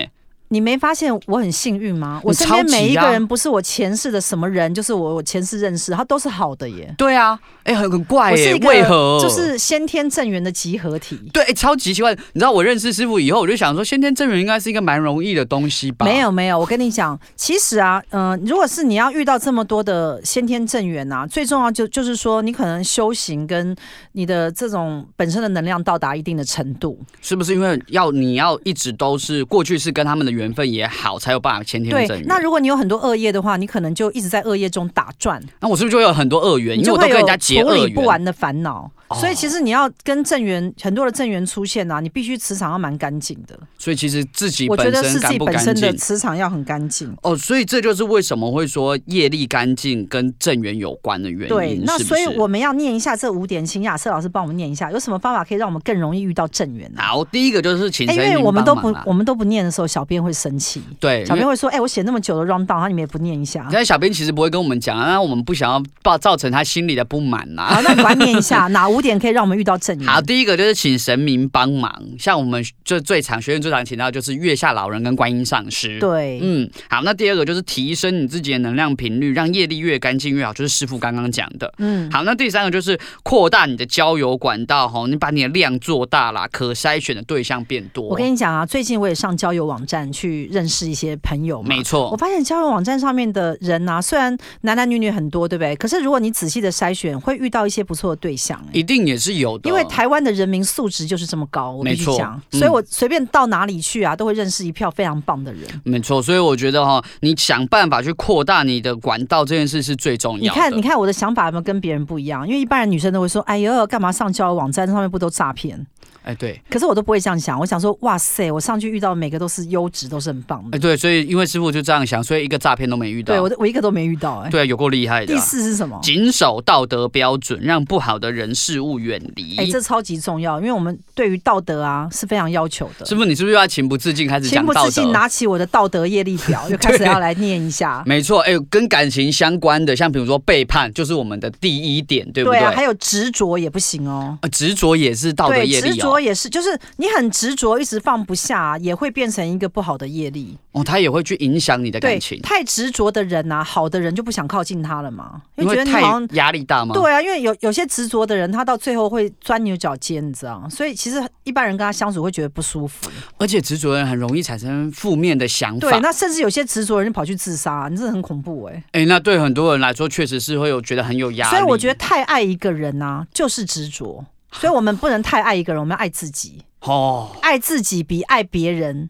[SPEAKER 1] 你没发现我很幸运吗？
[SPEAKER 2] 你
[SPEAKER 1] 我身边
[SPEAKER 2] 超级
[SPEAKER 1] 每一
[SPEAKER 2] 啊
[SPEAKER 1] 个人不是我前世的什么人，就是我我前世认识，他都是好的耶。
[SPEAKER 2] 对啊，哎、很很怪
[SPEAKER 1] 我是
[SPEAKER 2] 耶、
[SPEAKER 1] 一个
[SPEAKER 2] 为何？
[SPEAKER 1] 就是先天正缘的集合体。
[SPEAKER 2] 对、哎超级奇怪。你知道我认识师傅以后，我就想说，先天正缘应该是一个蛮容易的东西吧？
[SPEAKER 1] 没，有没有，我跟你讲，其实啊，嗯、如果是你要遇到这么多的先天正缘啊，最重要就就是说，你可能修行跟你的这种本身的能量到达一定的程度，
[SPEAKER 2] 是不是因为要你要一直都是过去是跟他们的缘分也好，才有办法先天的正
[SPEAKER 1] 对。
[SPEAKER 2] 缘？
[SPEAKER 1] 那如果你有很多恶业的话，你可能就一直在恶业中打转，
[SPEAKER 2] 那我是不是就会有很多恶缘？
[SPEAKER 1] 你
[SPEAKER 2] 因为
[SPEAKER 1] 就
[SPEAKER 2] 我都
[SPEAKER 1] 会
[SPEAKER 2] 跟
[SPEAKER 1] 有
[SPEAKER 2] 人家结
[SPEAKER 1] 处
[SPEAKER 2] 恶
[SPEAKER 1] 理不
[SPEAKER 2] 缘。
[SPEAKER 1] 完的烦恼。
[SPEAKER 2] 哦
[SPEAKER 1] 所以其实你要跟正缘很多的正缘出现啊，你必须磁场要蛮干净的。
[SPEAKER 2] 所以其实自己
[SPEAKER 1] 我觉
[SPEAKER 2] 本
[SPEAKER 1] 得
[SPEAKER 2] 身
[SPEAKER 1] 是自
[SPEAKER 2] 干
[SPEAKER 1] 己
[SPEAKER 2] 不
[SPEAKER 1] 本
[SPEAKER 2] 干
[SPEAKER 1] 身的
[SPEAKER 2] 净。
[SPEAKER 1] 磁场要很干净。
[SPEAKER 2] 哦，所以这就是为什么会说业力干净跟正缘有关的原因。
[SPEAKER 1] 对，那
[SPEAKER 2] 是不
[SPEAKER 1] 所以
[SPEAKER 2] 是
[SPEAKER 1] 我们要念一下这五点，请亚瑟老师帮我们念一下，有什么方法可以让我们更容易遇到正缘呢、啊？
[SPEAKER 2] 好，第一个就是请
[SPEAKER 1] 哎，
[SPEAKER 2] 神
[SPEAKER 1] 因
[SPEAKER 2] 明
[SPEAKER 1] 为我们
[SPEAKER 2] 帮
[SPEAKER 1] 都
[SPEAKER 2] 忙
[SPEAKER 1] 不
[SPEAKER 2] 啦
[SPEAKER 1] 我们都不念的时候，小编会生气，
[SPEAKER 2] 对，因
[SPEAKER 1] 小
[SPEAKER 2] 为
[SPEAKER 1] 编会说：“哎、我写那么久的 round down，然后你们也不念一下
[SPEAKER 2] 你。看小编其实不会跟我们讲，啊，我们不想要造造成他心里的不满”呐、
[SPEAKER 1] 好，那你把它念一下，哪五点可以让我们遇到正缘？
[SPEAKER 2] 好，第一个就是请神明帮忙，像我们就最常学院最常请到就是月下老人跟观音上师。。
[SPEAKER 1] 对，
[SPEAKER 2] 嗯，好，那第二个就是提升你自己的能量频率，让业力越干净越好，就是师傅刚刚讲的。
[SPEAKER 1] 嗯，
[SPEAKER 2] 好，那第三个就是扩大你的交友管道吼，你把你的量做大啦，可筛选的对象变多。
[SPEAKER 1] 我跟你讲啊，最近我也上交友网站去认识一些朋友嘛，
[SPEAKER 2] 没错
[SPEAKER 1] 我，发现交友网站上面的人啊，虽然男男女女很多，对不对？可是如果你仔细的筛选，会遇到一些不错的对象、哎
[SPEAKER 2] 一定也是有的，哦
[SPEAKER 1] 因为台湾的人民素质就是这么高，我必须
[SPEAKER 2] 没错
[SPEAKER 1] 讲，
[SPEAKER 2] 嗯
[SPEAKER 1] 所以我随便到哪里去啊，都会认识一票非常棒的人。
[SPEAKER 2] 没错，所以我觉得哈，你想办法去扩大你的管道这件事是最重
[SPEAKER 1] 你
[SPEAKER 2] 要的。
[SPEAKER 1] 看，你看我的想法有没有跟别人不一样？因为一般人女生都会说：“哎呦，干嘛上交友网站上面不都诈骗
[SPEAKER 2] 哎，对，？”
[SPEAKER 1] 可是我都不会这样想，我想说：“哇塞，我上去遇到每个都是优质，都是很棒的。
[SPEAKER 2] 哎，对，所以因为师傅就这样想，所以一个诈骗都没遇到。
[SPEAKER 1] 对我都我一个都没遇到、哎、
[SPEAKER 2] 啊对有够厉害的
[SPEAKER 1] 第
[SPEAKER 2] 啊、
[SPEAKER 1] 四哦是什么？
[SPEAKER 2] 谨守道德标准，让不好的人事物远离。
[SPEAKER 1] 哎、这超级重要，因为我们对于道德啊是非常要求的。
[SPEAKER 2] 师傅，你是不是又要情不自禁开始
[SPEAKER 1] 情
[SPEAKER 2] 讲
[SPEAKER 1] 不
[SPEAKER 2] 道
[SPEAKER 1] 自
[SPEAKER 2] 德？
[SPEAKER 1] 禁拿起我的道德业力 表，就开始要来念一下。
[SPEAKER 2] 没错，哎、跟感情相关的，像比如说背叛，就是我们的第一点，对不
[SPEAKER 1] 对
[SPEAKER 2] 对？
[SPEAKER 1] 啊，还有执着也不行哦。
[SPEAKER 2] 呃执着也是道德
[SPEAKER 1] 对，
[SPEAKER 2] 业
[SPEAKER 1] 执
[SPEAKER 2] 力
[SPEAKER 1] 着
[SPEAKER 2] 哦，
[SPEAKER 1] 也是，就是你很执着，一直放不下、也会变成一个不好的业力。
[SPEAKER 2] 哦，它也会去影响你的
[SPEAKER 1] 对
[SPEAKER 2] 感，情，
[SPEAKER 1] 太执着的人呐、好的人就不想靠近他了嘛，
[SPEAKER 2] 因
[SPEAKER 1] 因为觉得
[SPEAKER 2] 为
[SPEAKER 1] 你
[SPEAKER 2] 太
[SPEAKER 1] 好像
[SPEAKER 2] 压力大嘛。
[SPEAKER 1] 对啊，因为有有些执着的人，他到最后会钻牛角尖，你知道，所以其实一般人跟他相处会觉得不舒服。
[SPEAKER 2] 而且执着的人很容易产生负面的想
[SPEAKER 1] 对，
[SPEAKER 2] 法。
[SPEAKER 1] 那甚至有些执着的人跑去自杀、你真的很恐怖哎、
[SPEAKER 2] 哎、那对很多人来说，确实是会有觉得很有压力。
[SPEAKER 1] 所以我觉得，太爱一个人呐、就是执着。所以我们不能太爱一个人，我们要爱自己。
[SPEAKER 2] 哦，
[SPEAKER 1] 爱自己比爱别人，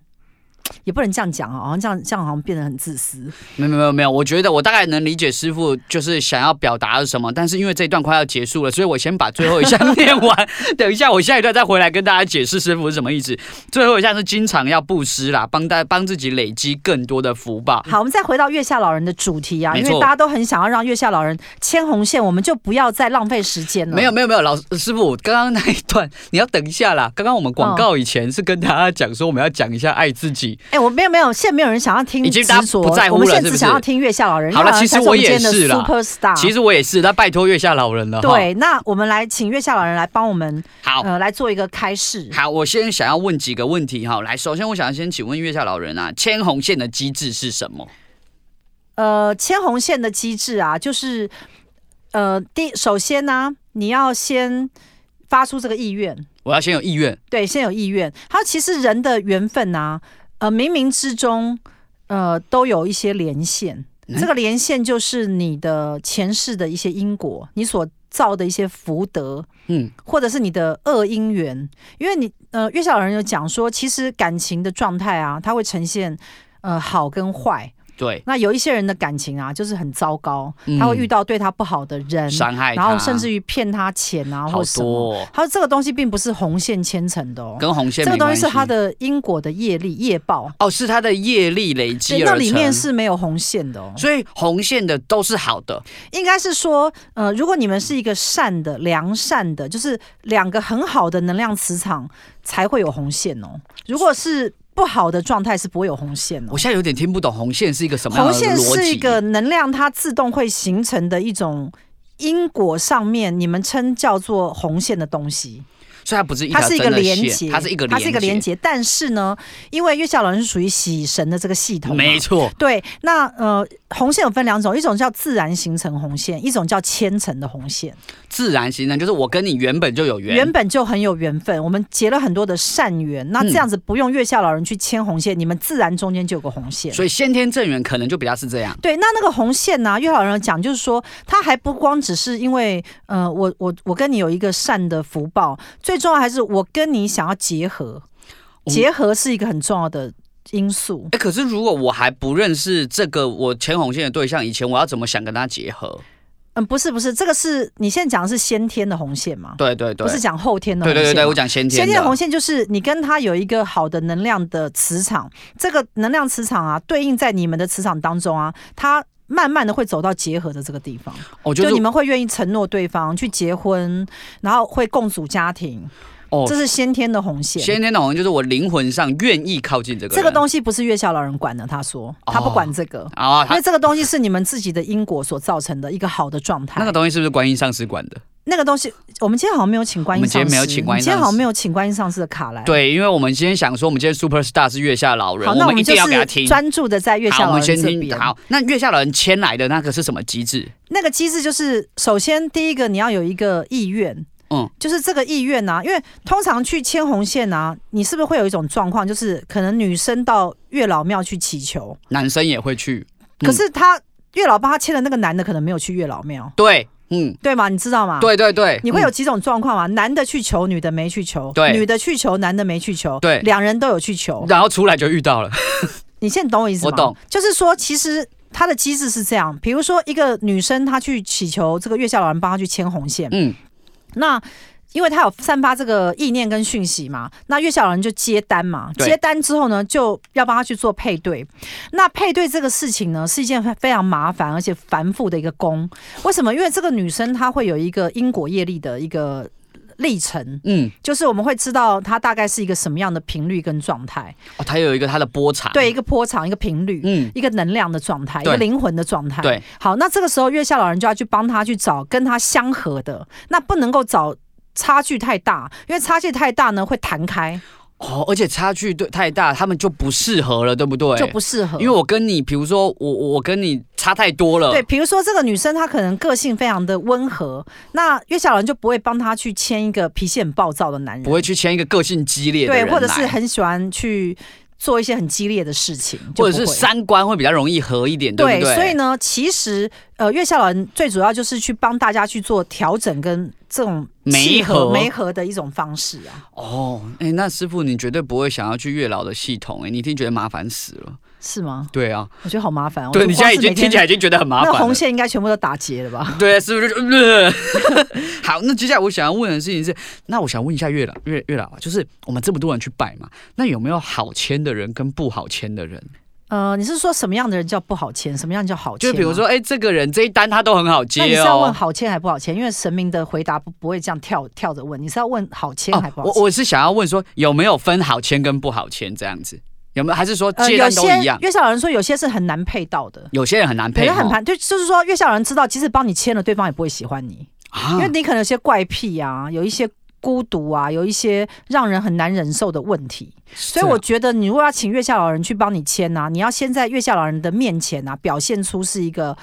[SPEAKER 1] 也不能这样讲啊，好像这样这样好像变得很自私。
[SPEAKER 2] 没有没有没有，我觉得我大概能理解师傅就是想要表达的什么，但是因为这一段快要结束了，所以我先把最后一项念完，等一下我下一段再回来跟大家解释师傅是什么意思。最后一项是经常要布施啦，帮大帮自己累积更多的福报。
[SPEAKER 1] 好，我们再回到月下老人的主题啊，
[SPEAKER 2] 没
[SPEAKER 1] 因
[SPEAKER 2] 错
[SPEAKER 1] 为大家都很想要让月下老人牵红线，我们就不要再浪费时间了。
[SPEAKER 2] 没有，没有没有，老师师傅，我刚刚那一段你要等一下啦。刚刚我们广告以前是跟大家讲说我们要讲一下爱自己，
[SPEAKER 1] 哎、我没有没有，现在没有人想要听呃
[SPEAKER 2] 已
[SPEAKER 1] 执
[SPEAKER 2] 经大家
[SPEAKER 1] 着，
[SPEAKER 2] 不在乎
[SPEAKER 1] 我们
[SPEAKER 2] 了
[SPEAKER 1] 现
[SPEAKER 2] 是
[SPEAKER 1] 在
[SPEAKER 2] 不
[SPEAKER 1] 只
[SPEAKER 2] 是
[SPEAKER 1] 想要听月下老人。
[SPEAKER 2] 好了
[SPEAKER 1] 月下老人
[SPEAKER 2] 其实我也是
[SPEAKER 1] 才是我
[SPEAKER 2] 啦
[SPEAKER 1] 们今天的 super star。
[SPEAKER 2] 其实我也是，那拜托月下老人了哈。
[SPEAKER 1] 对，那我们来请月下老人来帮我们，
[SPEAKER 2] 好，
[SPEAKER 1] 呃，来做一个开示。
[SPEAKER 2] 好，我先想要问几个问题哈。来，首先我想先请问月下老人啊，牵红线的机制是什么？
[SPEAKER 1] 呃，牵红线的机制啊，就是呃，第首先呢、你要先发出这个意愿，
[SPEAKER 2] 我要先有意愿，
[SPEAKER 1] 对，先有意愿。还有，其实人的缘分啊，呃，冥冥之中，呃，都有一些连线。
[SPEAKER 2] 嗯
[SPEAKER 1] 这个连线就是你的前世的一些因果，你所造的一些福德，
[SPEAKER 2] 嗯，
[SPEAKER 1] 或者是你的恶因缘，因为你呃，月下老人有讲说，其实感情的状态啊，它会呈现呃好跟坏。
[SPEAKER 2] 对，
[SPEAKER 1] 那有一些人的感情啊，就是很糟糕，
[SPEAKER 2] 嗯
[SPEAKER 1] 他会遇到对他不好的人，
[SPEAKER 2] 伤害
[SPEAKER 1] 嗯
[SPEAKER 2] 他，
[SPEAKER 1] 然后甚至于骗他钱啊，
[SPEAKER 2] 好
[SPEAKER 1] 或什么。
[SPEAKER 2] 多、哦、
[SPEAKER 1] 他说这个东西并不是红线牵成的哦，
[SPEAKER 2] 跟红线
[SPEAKER 1] 这个
[SPEAKER 2] 没
[SPEAKER 1] 东
[SPEAKER 2] 关
[SPEAKER 1] 西
[SPEAKER 2] 系
[SPEAKER 1] 是他的因果的业力业报，
[SPEAKER 2] 哦，是他的业力累积
[SPEAKER 1] 对，
[SPEAKER 2] 而
[SPEAKER 1] 那
[SPEAKER 2] 成，
[SPEAKER 1] 里面是没有红线的哦。
[SPEAKER 2] 所以红线的都是好的，
[SPEAKER 1] 应该是说，呃，如果你们是一个善的、良善的，就是两个很好的能量磁场，才会有红线哦。如果是不好的状态，是不会有红线哦
[SPEAKER 2] 我。现在有点听不懂红线是一个什么样
[SPEAKER 1] 红
[SPEAKER 2] 的逻辑。
[SPEAKER 1] 线是一个能量，它自动会形成的一种因果上面，你们称叫做红线的东西。
[SPEAKER 2] 所以它不是一条
[SPEAKER 1] 它是一个
[SPEAKER 2] 真的
[SPEAKER 1] 连
[SPEAKER 2] 线
[SPEAKER 1] 接，
[SPEAKER 2] 它是一个
[SPEAKER 1] 它是一个连
[SPEAKER 2] 连，
[SPEAKER 1] 接。但是呢，因为月下老人是属于喜神的这个系统嘛，
[SPEAKER 2] 没错，
[SPEAKER 1] 对，那呃，红线有分两种，一种叫自然形成红线，一种叫千层的红线。
[SPEAKER 2] 自然形成就是我跟你原本就有缘，
[SPEAKER 1] 原本就很有缘分，我们结了很多的善缘，
[SPEAKER 2] 嗯
[SPEAKER 1] 那这样子不用月下老人去牵红线，你们自然中间就有个红线。
[SPEAKER 2] 所以先天正缘可能就比较是这样，
[SPEAKER 1] 对，那那个红线呢、月下老人讲就是说，他还不光只是因为，呃，我我我跟你有一个善的福报，最重要还是我跟你想要结合，
[SPEAKER 2] 哦
[SPEAKER 1] 结合是一个很重要的因素。
[SPEAKER 2] 哎、可是如果我还不认识这个我牵红线的对象，以前我要怎么想跟他结合？
[SPEAKER 1] 嗯，不是不是，这个是你现在讲的是先天的红线嘛？
[SPEAKER 2] 对对对，
[SPEAKER 1] 不是讲后天的红
[SPEAKER 2] 对
[SPEAKER 1] 线嘛。
[SPEAKER 2] 对对对，我讲先
[SPEAKER 1] 先
[SPEAKER 2] 天的。
[SPEAKER 1] 天的红线就是你跟他有一个好的能量的磁场，这个能量磁场啊，对应在你们的磁场当中啊，它慢慢的会走到结合的这个地方，
[SPEAKER 2] 哦，
[SPEAKER 1] 就
[SPEAKER 2] 就是
[SPEAKER 1] 你们会愿意承诺对方去结婚，然后会共组家庭，
[SPEAKER 2] 哦
[SPEAKER 1] 这，是先天的红线。
[SPEAKER 2] 先天的红线就是我灵魂上愿意靠近这个
[SPEAKER 1] 这个
[SPEAKER 2] 西
[SPEAKER 1] 东西不是月下老人管的，他说他不管这个。
[SPEAKER 2] 哦啊，
[SPEAKER 1] 因
[SPEAKER 2] 他
[SPEAKER 1] 为这个东西是你们自己的因果所造成的一个好的状态。
[SPEAKER 2] 那个东西是不是观音上师管的？
[SPEAKER 1] 那个东西，我们今天好像没有请观音
[SPEAKER 2] 我们今
[SPEAKER 1] 上
[SPEAKER 2] 天
[SPEAKER 1] 师，
[SPEAKER 2] 没有请观音
[SPEAKER 1] 你今天
[SPEAKER 2] 上
[SPEAKER 1] 好像
[SPEAKER 2] 师
[SPEAKER 1] 没有请观音上师的卡来。
[SPEAKER 2] 对，因为我们今天想说，我们今天 super star 是月下老人，
[SPEAKER 1] 哎好，那我
[SPEAKER 2] 们
[SPEAKER 1] 们
[SPEAKER 2] 一
[SPEAKER 1] 就
[SPEAKER 2] 定要给他
[SPEAKER 1] 是
[SPEAKER 2] 听。
[SPEAKER 1] 专注的在月
[SPEAKER 2] 好，
[SPEAKER 1] 下
[SPEAKER 2] 我
[SPEAKER 1] 老
[SPEAKER 2] 们
[SPEAKER 1] 人
[SPEAKER 2] 先
[SPEAKER 1] 这边
[SPEAKER 2] 听。。好，那月下老人牵来的那个是什么机制？
[SPEAKER 1] 那个机制就是，首先第一个你要有一个意愿，
[SPEAKER 2] 嗯
[SPEAKER 1] 嗯，就是这个意愿啊，因为通常去牵红线啊，你是不是会有一种状况，就是可能女生到月老庙去祈求，
[SPEAKER 2] 男生也会去，嗯
[SPEAKER 1] 可是她月老帮她牵的那个男的可能没有去月老庙，
[SPEAKER 2] 对，嗯，
[SPEAKER 1] 对吗？你知道吗？，
[SPEAKER 2] 对对对，
[SPEAKER 1] 啊你会有
[SPEAKER 2] 嗯
[SPEAKER 1] 几种状况嘛？男的去求，女的没去求；
[SPEAKER 2] 对
[SPEAKER 1] 女的去求，男的没去求；
[SPEAKER 2] 对
[SPEAKER 1] 两人都有去求。
[SPEAKER 2] 嗯然后出来就遇到了，
[SPEAKER 1] 你现在懂我意思吗？
[SPEAKER 2] 我懂，
[SPEAKER 1] 就是说其实。它的机制是这样，比如说一个女生她去祈求这个月下老人帮她去牵红线，
[SPEAKER 2] 嗯，
[SPEAKER 1] 那因为他有散发这个意念跟讯息嘛，那月下老人就接单嘛，
[SPEAKER 2] 对
[SPEAKER 1] 接单之后呢，就要帮他去做配对。那配对这个事情呢，是一件非常麻烦而且繁复的一个工。为什么？因为这个女生她会有一个因果业力的一个历程，
[SPEAKER 2] 嗯，
[SPEAKER 1] 就是我们会知道她大概是一个什么样的频率跟状态，
[SPEAKER 2] 哦，他有一个他的波长，
[SPEAKER 1] 对，一，个波长，一个频率。
[SPEAKER 2] 嗯，
[SPEAKER 1] 一个能量的状态，一
[SPEAKER 2] 对
[SPEAKER 1] 个灵魂的状态。
[SPEAKER 2] 对，
[SPEAKER 1] 好，那这个时候月下老人就要去帮他去找跟他相合的，那不能够找差距太大，因为差距太大呢会弹开，
[SPEAKER 2] 哦，而且差距对太大，他们就不适合了，对不对？
[SPEAKER 1] 就不适合。
[SPEAKER 2] 因为我跟你，比如说我我我跟你差太多了，
[SPEAKER 1] 对，，比如说这个女生她可能个性非常的温和，那月下老人就不会帮她去签一个脾气很暴躁的男人，
[SPEAKER 2] 不会去签一个个性激烈的
[SPEAKER 1] 对，
[SPEAKER 2] 人
[SPEAKER 1] 或者是
[SPEAKER 2] 来
[SPEAKER 1] 很喜欢去做一些很激烈的事情，就
[SPEAKER 2] 或者是
[SPEAKER 1] 不会
[SPEAKER 2] 三观会比较容易合一点，对不对？
[SPEAKER 1] 所以呢，其实呃，月下老人最主要就是去帮大家去做调整跟这种契合
[SPEAKER 2] 媒合
[SPEAKER 1] 媒合的一种方式啊，
[SPEAKER 2] 哦，哎、那师傅你绝对不会想要去月老的系统、哎，你一定觉得麻烦死了。
[SPEAKER 1] 是吗？
[SPEAKER 2] 对啊，
[SPEAKER 1] 我觉得好麻烦哦。
[SPEAKER 2] 对
[SPEAKER 1] 我
[SPEAKER 2] 你
[SPEAKER 1] 光
[SPEAKER 2] 现在已
[SPEAKER 1] 是
[SPEAKER 2] 经
[SPEAKER 1] 每
[SPEAKER 2] 听
[SPEAKER 1] 天
[SPEAKER 2] 起来已经觉得很麻
[SPEAKER 1] 那
[SPEAKER 2] 烦
[SPEAKER 1] 红
[SPEAKER 2] 了。
[SPEAKER 1] 线应该全部都打结了吧？
[SPEAKER 2] 对，师傅就、呃、 好。那接下来我想要问的事情是，那我想问一下月老月月老啊，就是我们这么多人去拜嘛，那有没有好签的人跟不好签的人？
[SPEAKER 1] 呃，你是说什么样的人叫不好签，什么样叫好签？
[SPEAKER 2] 就比如说，，哎、这个人这一单他都很好接
[SPEAKER 1] 那你是要问
[SPEAKER 2] 哦。
[SPEAKER 1] 好签还不好签？因为神明的回答不不会这样跳跳着问，你是要问好签还
[SPEAKER 2] 哦，
[SPEAKER 1] 不好
[SPEAKER 2] 我
[SPEAKER 1] 签？
[SPEAKER 2] 我是想要问说，有没有分好签跟不好签这样子？有没有？还是说
[SPEAKER 1] 呃，
[SPEAKER 2] 接
[SPEAKER 1] 有
[SPEAKER 2] 单都
[SPEAKER 1] 些
[SPEAKER 2] 一样？
[SPEAKER 1] 月下老人说有些是很难配到的，
[SPEAKER 2] 有些人很难
[SPEAKER 1] 有
[SPEAKER 2] 配
[SPEAKER 1] 些
[SPEAKER 2] 哦，
[SPEAKER 1] 很盘，就就是说月下老人知道，即使帮你签了，对方也不会喜欢你。因为
[SPEAKER 2] 啊，
[SPEAKER 1] 你可能有些怪癖啊，有一些孤独啊，有一些让人很难忍受的问题，所
[SPEAKER 2] 所
[SPEAKER 1] 以我觉得你如果要请月下老人去帮你签啊，你要先在月下老人的面前啊，表现出是一个。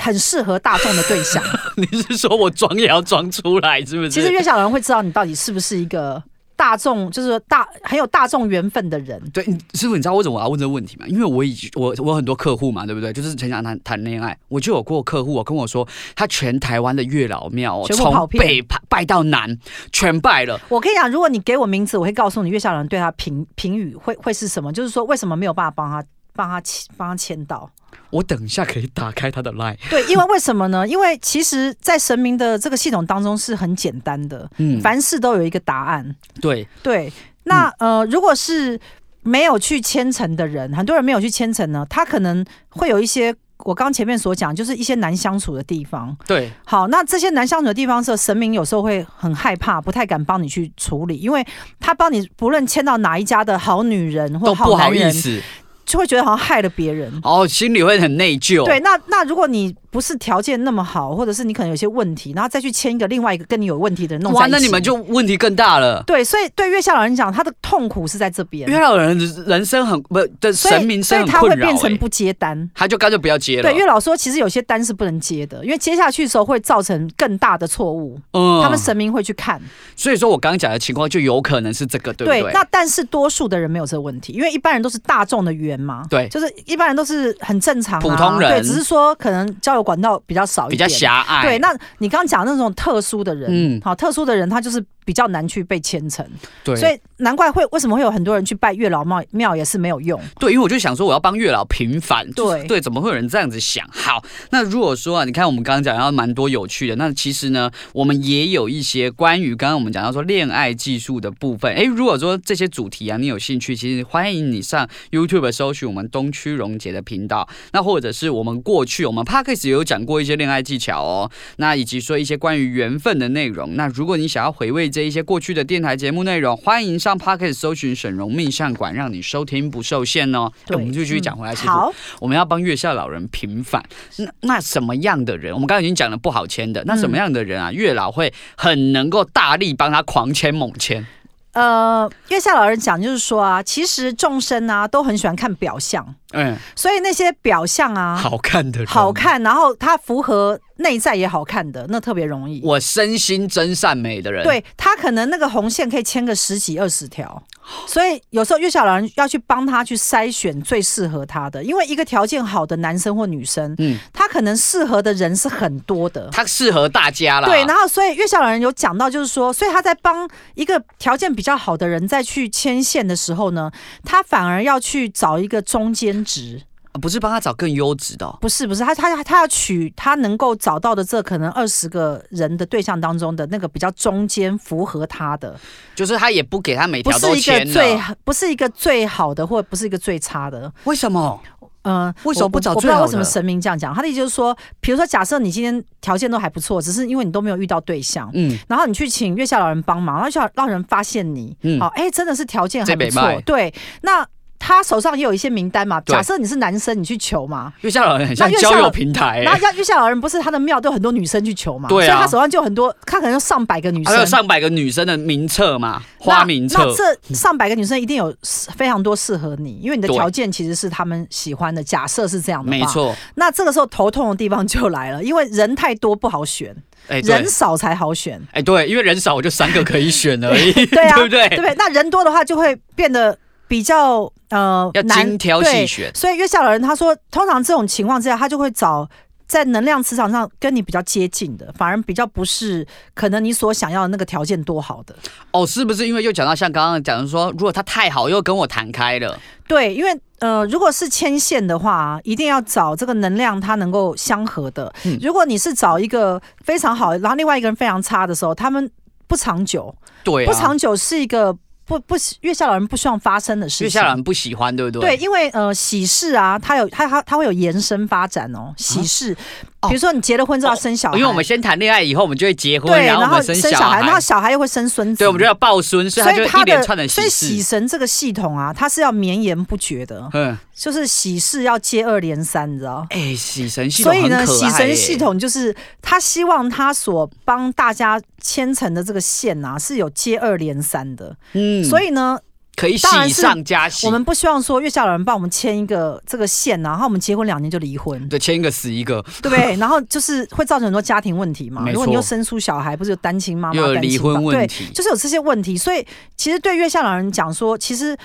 [SPEAKER 1] 很适合大众的对象。
[SPEAKER 2] 你是说我装也要装出来，是不是？
[SPEAKER 1] 其实月下老人会知道你到底是不是一个大众，就是说大很有大众缘分的人。
[SPEAKER 2] 对，你师傅，你知道为什么我要问这个问题吗？因为我已经我我很多客户嘛，对不对？就是很想谈谈恋爱，我就有过客户，我啊跟我说，他全台湾的月老庙、哦、
[SPEAKER 1] 全部跑
[SPEAKER 2] 从
[SPEAKER 1] 遍
[SPEAKER 2] 北拜拜到南，全拜了。
[SPEAKER 1] 我跟你讲，如果你给我名字，我会告诉你月下老人对他评评语会会是什么，就是说为什么没有办法帮他帮他签帮他签到。
[SPEAKER 2] 我等一下可以打开他的 line，
[SPEAKER 1] 对，因为为什么呢？因为其实，在神明的这个系统当中是很简单的，
[SPEAKER 2] 嗯，
[SPEAKER 1] 凡事都有一个答案。
[SPEAKER 2] 对，
[SPEAKER 1] 对，那、
[SPEAKER 2] 嗯
[SPEAKER 1] 呃，如果是没有去虔诚的人，很多人没有去虔诚呢，他可能会有一些。我刚前面所讲，就是一些难相处的地方。
[SPEAKER 2] 对，
[SPEAKER 1] 好，那这些难相处的地方的时候，神明有时候会很害怕，不太敢帮你去处理，因为他帮你不论签到哪一家的好女人或
[SPEAKER 2] 都
[SPEAKER 1] 好
[SPEAKER 2] 不
[SPEAKER 1] 男
[SPEAKER 2] 好意
[SPEAKER 1] 人，
[SPEAKER 2] 思，
[SPEAKER 1] 就会觉得好像害了别人。
[SPEAKER 2] 哦，心里会很内疚。
[SPEAKER 1] 对，，那那如果你不是条件那么好，或者是你可能有些问题，然后再去签一个另外一个跟你有问题的人弄在
[SPEAKER 2] 哇，
[SPEAKER 1] 一
[SPEAKER 2] 那你
[SPEAKER 1] 起
[SPEAKER 2] 们就问题更大了。
[SPEAKER 1] 对，所以对月下老人讲，他的痛苦是在这边，
[SPEAKER 2] 月老人人生很不的
[SPEAKER 1] 所以
[SPEAKER 2] 神明
[SPEAKER 1] 所
[SPEAKER 2] 生
[SPEAKER 1] 以
[SPEAKER 2] 很
[SPEAKER 1] 他会
[SPEAKER 2] 困扰、
[SPEAKER 1] 变成
[SPEAKER 2] 欸，
[SPEAKER 1] 不接单。
[SPEAKER 2] 他就干脆不要接了。
[SPEAKER 1] 对，月老说，其实有些单是不能接的，因为接下去的时候会造成更大的错误，
[SPEAKER 2] 嗯
[SPEAKER 1] 他们神明会去看。
[SPEAKER 2] 所以说我刚刚讲的情况就有可能是这个，对不对？
[SPEAKER 1] 那但是多数的人没有这个问题，因为一般人都是大众的缘嘛，
[SPEAKER 2] 对
[SPEAKER 1] 就是一般人都是很正常啊、
[SPEAKER 2] 普通人
[SPEAKER 1] 对，只是说可能交友管道比较少一
[SPEAKER 2] 比较
[SPEAKER 1] 点，
[SPEAKER 2] 狭隘。
[SPEAKER 1] 对，那你刚刚讲的那种特殊的人，
[SPEAKER 2] 嗯
[SPEAKER 1] 好，特殊的人他就是比较难去被牵成，
[SPEAKER 2] 对，
[SPEAKER 1] 所以难怪会为什么会有很多人去拜月老庙庙也是没有用。
[SPEAKER 2] 对，因为我就想说我要帮月老平反，就是
[SPEAKER 1] 对
[SPEAKER 2] 对，怎么会有人这样子想？好，那如果说啊，你看我们刚刚讲到蛮多有趣的，那其实呢，我们也有一些关于刚刚我们讲到说恋爱技术的部分。诶，如果说这些主题啊，你有兴趣，其实欢迎你上 YouTube 搜寻我们东区荣杰的频道，那或者是我们过去我们 p a c k a g e 也有讲过一些恋爱技巧哦，那以及说一些关于缘分的内容。那如果你想要回味这一些过去的电台节目内容，欢迎上 p a c k a g e 搜寻沈荣命相馆，让你收听不受限哦。诶
[SPEAKER 1] 对，
[SPEAKER 2] 我们就继续讲回来，
[SPEAKER 1] 嗯
[SPEAKER 2] 师傅
[SPEAKER 1] 好，
[SPEAKER 2] 我们要帮月下老人平反。那那什么样的人？我们刚刚已经讲了不好签的，那什么样的人啊？月老会很能够大力帮他狂签猛签。
[SPEAKER 1] 呃，月下老人讲就是说啊，其实众生啊都很喜欢看表象，
[SPEAKER 2] 嗯，
[SPEAKER 1] 所以那些表象啊
[SPEAKER 2] 好看的人，
[SPEAKER 1] 好。看，然后它符合内在也好看的，那特别容易。
[SPEAKER 2] 我身心真善美的人，
[SPEAKER 1] 对他可能那个红线可以牵个十几二十条，所以有时候月下老人要去帮他去筛选最适合他的，因为一个条件好的男生或女生，
[SPEAKER 2] 嗯，
[SPEAKER 1] 他可能适合的人是很多的。
[SPEAKER 2] 它适合大家啦。
[SPEAKER 1] 对，然后所以月下老人有讲到，就是说，所以他在帮一个条件比较好的人再去牵线的时候呢，他反而要去找一个中间值，
[SPEAKER 2] 啊不是帮他找更优质的哦、
[SPEAKER 1] 不是不是，他他他要取他能够找到的这可能二十个人的对象当中的那个比较中间符合他的，
[SPEAKER 2] 就是他也不给他每
[SPEAKER 1] 不
[SPEAKER 2] 条都
[SPEAKER 1] 是一个
[SPEAKER 2] 签
[SPEAKER 1] 最
[SPEAKER 2] 了。
[SPEAKER 1] 不是一个最好的，或不是一个最差的，
[SPEAKER 2] 为什么？
[SPEAKER 1] 嗯，
[SPEAKER 2] 为什么
[SPEAKER 1] 我
[SPEAKER 2] 不找
[SPEAKER 1] 我我不
[SPEAKER 2] 最
[SPEAKER 1] 知道
[SPEAKER 2] 好
[SPEAKER 1] 为什么
[SPEAKER 2] 的
[SPEAKER 1] 神明这样讲，他的意思就是说，比如说，假设你今天条件都还不错，只是因为你都没有遇到对象，
[SPEAKER 2] 嗯，
[SPEAKER 1] 然后你去请月下老人帮忙，然后月下老人发现你，
[SPEAKER 2] 嗯
[SPEAKER 1] 好、哎、真的是条件还
[SPEAKER 2] 这
[SPEAKER 1] 不
[SPEAKER 2] 没
[SPEAKER 1] 错
[SPEAKER 2] 卖，
[SPEAKER 1] 对，那他手上也有一些名单嘛，
[SPEAKER 2] 对
[SPEAKER 1] 假设你是男生，你去求嘛。
[SPEAKER 2] 月下老人很像
[SPEAKER 1] 那月下
[SPEAKER 2] 交
[SPEAKER 1] 老
[SPEAKER 2] 友平台、
[SPEAKER 1] 然后
[SPEAKER 2] 欸，
[SPEAKER 1] 月月下老人不是他的庙都有很多女生去求嘛，
[SPEAKER 2] 对啊
[SPEAKER 1] 所以他手上就有很多，他可能有上百个女
[SPEAKER 2] 还有
[SPEAKER 1] 生，
[SPEAKER 2] 上百个女生的名册嘛，
[SPEAKER 1] 那
[SPEAKER 2] 花名
[SPEAKER 1] 那
[SPEAKER 2] 册。
[SPEAKER 1] 这上百个女生一定有非常多适合你，因为你的
[SPEAKER 2] 对
[SPEAKER 1] 条件其实是他们喜欢的。假设是这样的话，
[SPEAKER 2] 没。错，
[SPEAKER 1] 那这个时候头痛的地方就来了，因为人太多不好选，
[SPEAKER 2] 哎、对
[SPEAKER 1] 人，少才好选。
[SPEAKER 2] 哎、对，因为人少，我就三个可以选而已，
[SPEAKER 1] 对啊，
[SPEAKER 2] 对不对？
[SPEAKER 1] 对不对？那人多的话就会变得比较呃
[SPEAKER 2] 要
[SPEAKER 1] 难
[SPEAKER 2] 精挑
[SPEAKER 1] 对
[SPEAKER 2] 细选，
[SPEAKER 1] 所以月下老人他说，通常这种情况之下，他就会找在能量磁场上跟你比较接近的，反而比较不是可能你所想要的那个条件多好的。
[SPEAKER 2] 哦，是不是？因为又讲到像刚刚讲的说，如果他太好，又跟我谈开了，
[SPEAKER 1] 对，因为呃，如果是牵线的话，一定要找这个能量它能够相合的。
[SPEAKER 2] 嗯
[SPEAKER 1] 如果你是找一个非常好，然后另外一个人非常差的时候，他们不长久，
[SPEAKER 2] 对
[SPEAKER 1] 不
[SPEAKER 2] 啊，
[SPEAKER 1] 长久是一个不不月下老人不希望发生的事情。
[SPEAKER 2] 月下人不喜欢，对不对？
[SPEAKER 1] 对，，因为呃，喜事啊，它有它它它会有延伸发展哦。喜事，
[SPEAKER 2] 哦
[SPEAKER 1] 比如说你结了婚之后要生小孩，
[SPEAKER 2] 因为我们先谈恋爱，以后我们就会结婚，
[SPEAKER 1] 对，
[SPEAKER 2] 后我
[SPEAKER 1] 然后
[SPEAKER 2] 们生
[SPEAKER 1] 生小
[SPEAKER 2] 孩，
[SPEAKER 1] 然后小孩又会生孙子，
[SPEAKER 2] 对，我们就要抱孙，所以
[SPEAKER 1] 所
[SPEAKER 2] 他就
[SPEAKER 1] 以
[SPEAKER 2] 一
[SPEAKER 1] 它
[SPEAKER 2] 连串的
[SPEAKER 1] 所以
[SPEAKER 2] 喜
[SPEAKER 1] 喜
[SPEAKER 2] 事。
[SPEAKER 1] 神这个系统啊，它是要绵延不绝的，
[SPEAKER 2] 嗯，
[SPEAKER 1] 就是喜事要接二连三，你知道。
[SPEAKER 2] 哎、喜神系统
[SPEAKER 1] 所以
[SPEAKER 2] 很可爱、
[SPEAKER 1] 呢，喜神
[SPEAKER 2] 哎
[SPEAKER 1] 系统就是他希望他所帮大家牵成的这个线啊，是有接二连三的。
[SPEAKER 2] 嗯
[SPEAKER 1] 所以呢，
[SPEAKER 2] 可以
[SPEAKER 1] 当然
[SPEAKER 2] 喜
[SPEAKER 1] 是
[SPEAKER 2] 上加喜。
[SPEAKER 1] 我们不希望说月下老人帮我们牵一个这个线啊，然后我们结婚两年就离婚。
[SPEAKER 2] 对签一个死一个，
[SPEAKER 1] 对不 对？然后就是会造成很多家庭问题嘛。
[SPEAKER 2] 没错
[SPEAKER 1] 如果你又生出小孩，不是有单亲妈妈、
[SPEAKER 2] 又有
[SPEAKER 1] 单亲
[SPEAKER 2] 离婚
[SPEAKER 1] 爸
[SPEAKER 2] 问
[SPEAKER 1] 对，
[SPEAKER 2] 题。
[SPEAKER 1] 就是有这些问题。所以其实对月下老人讲说，其实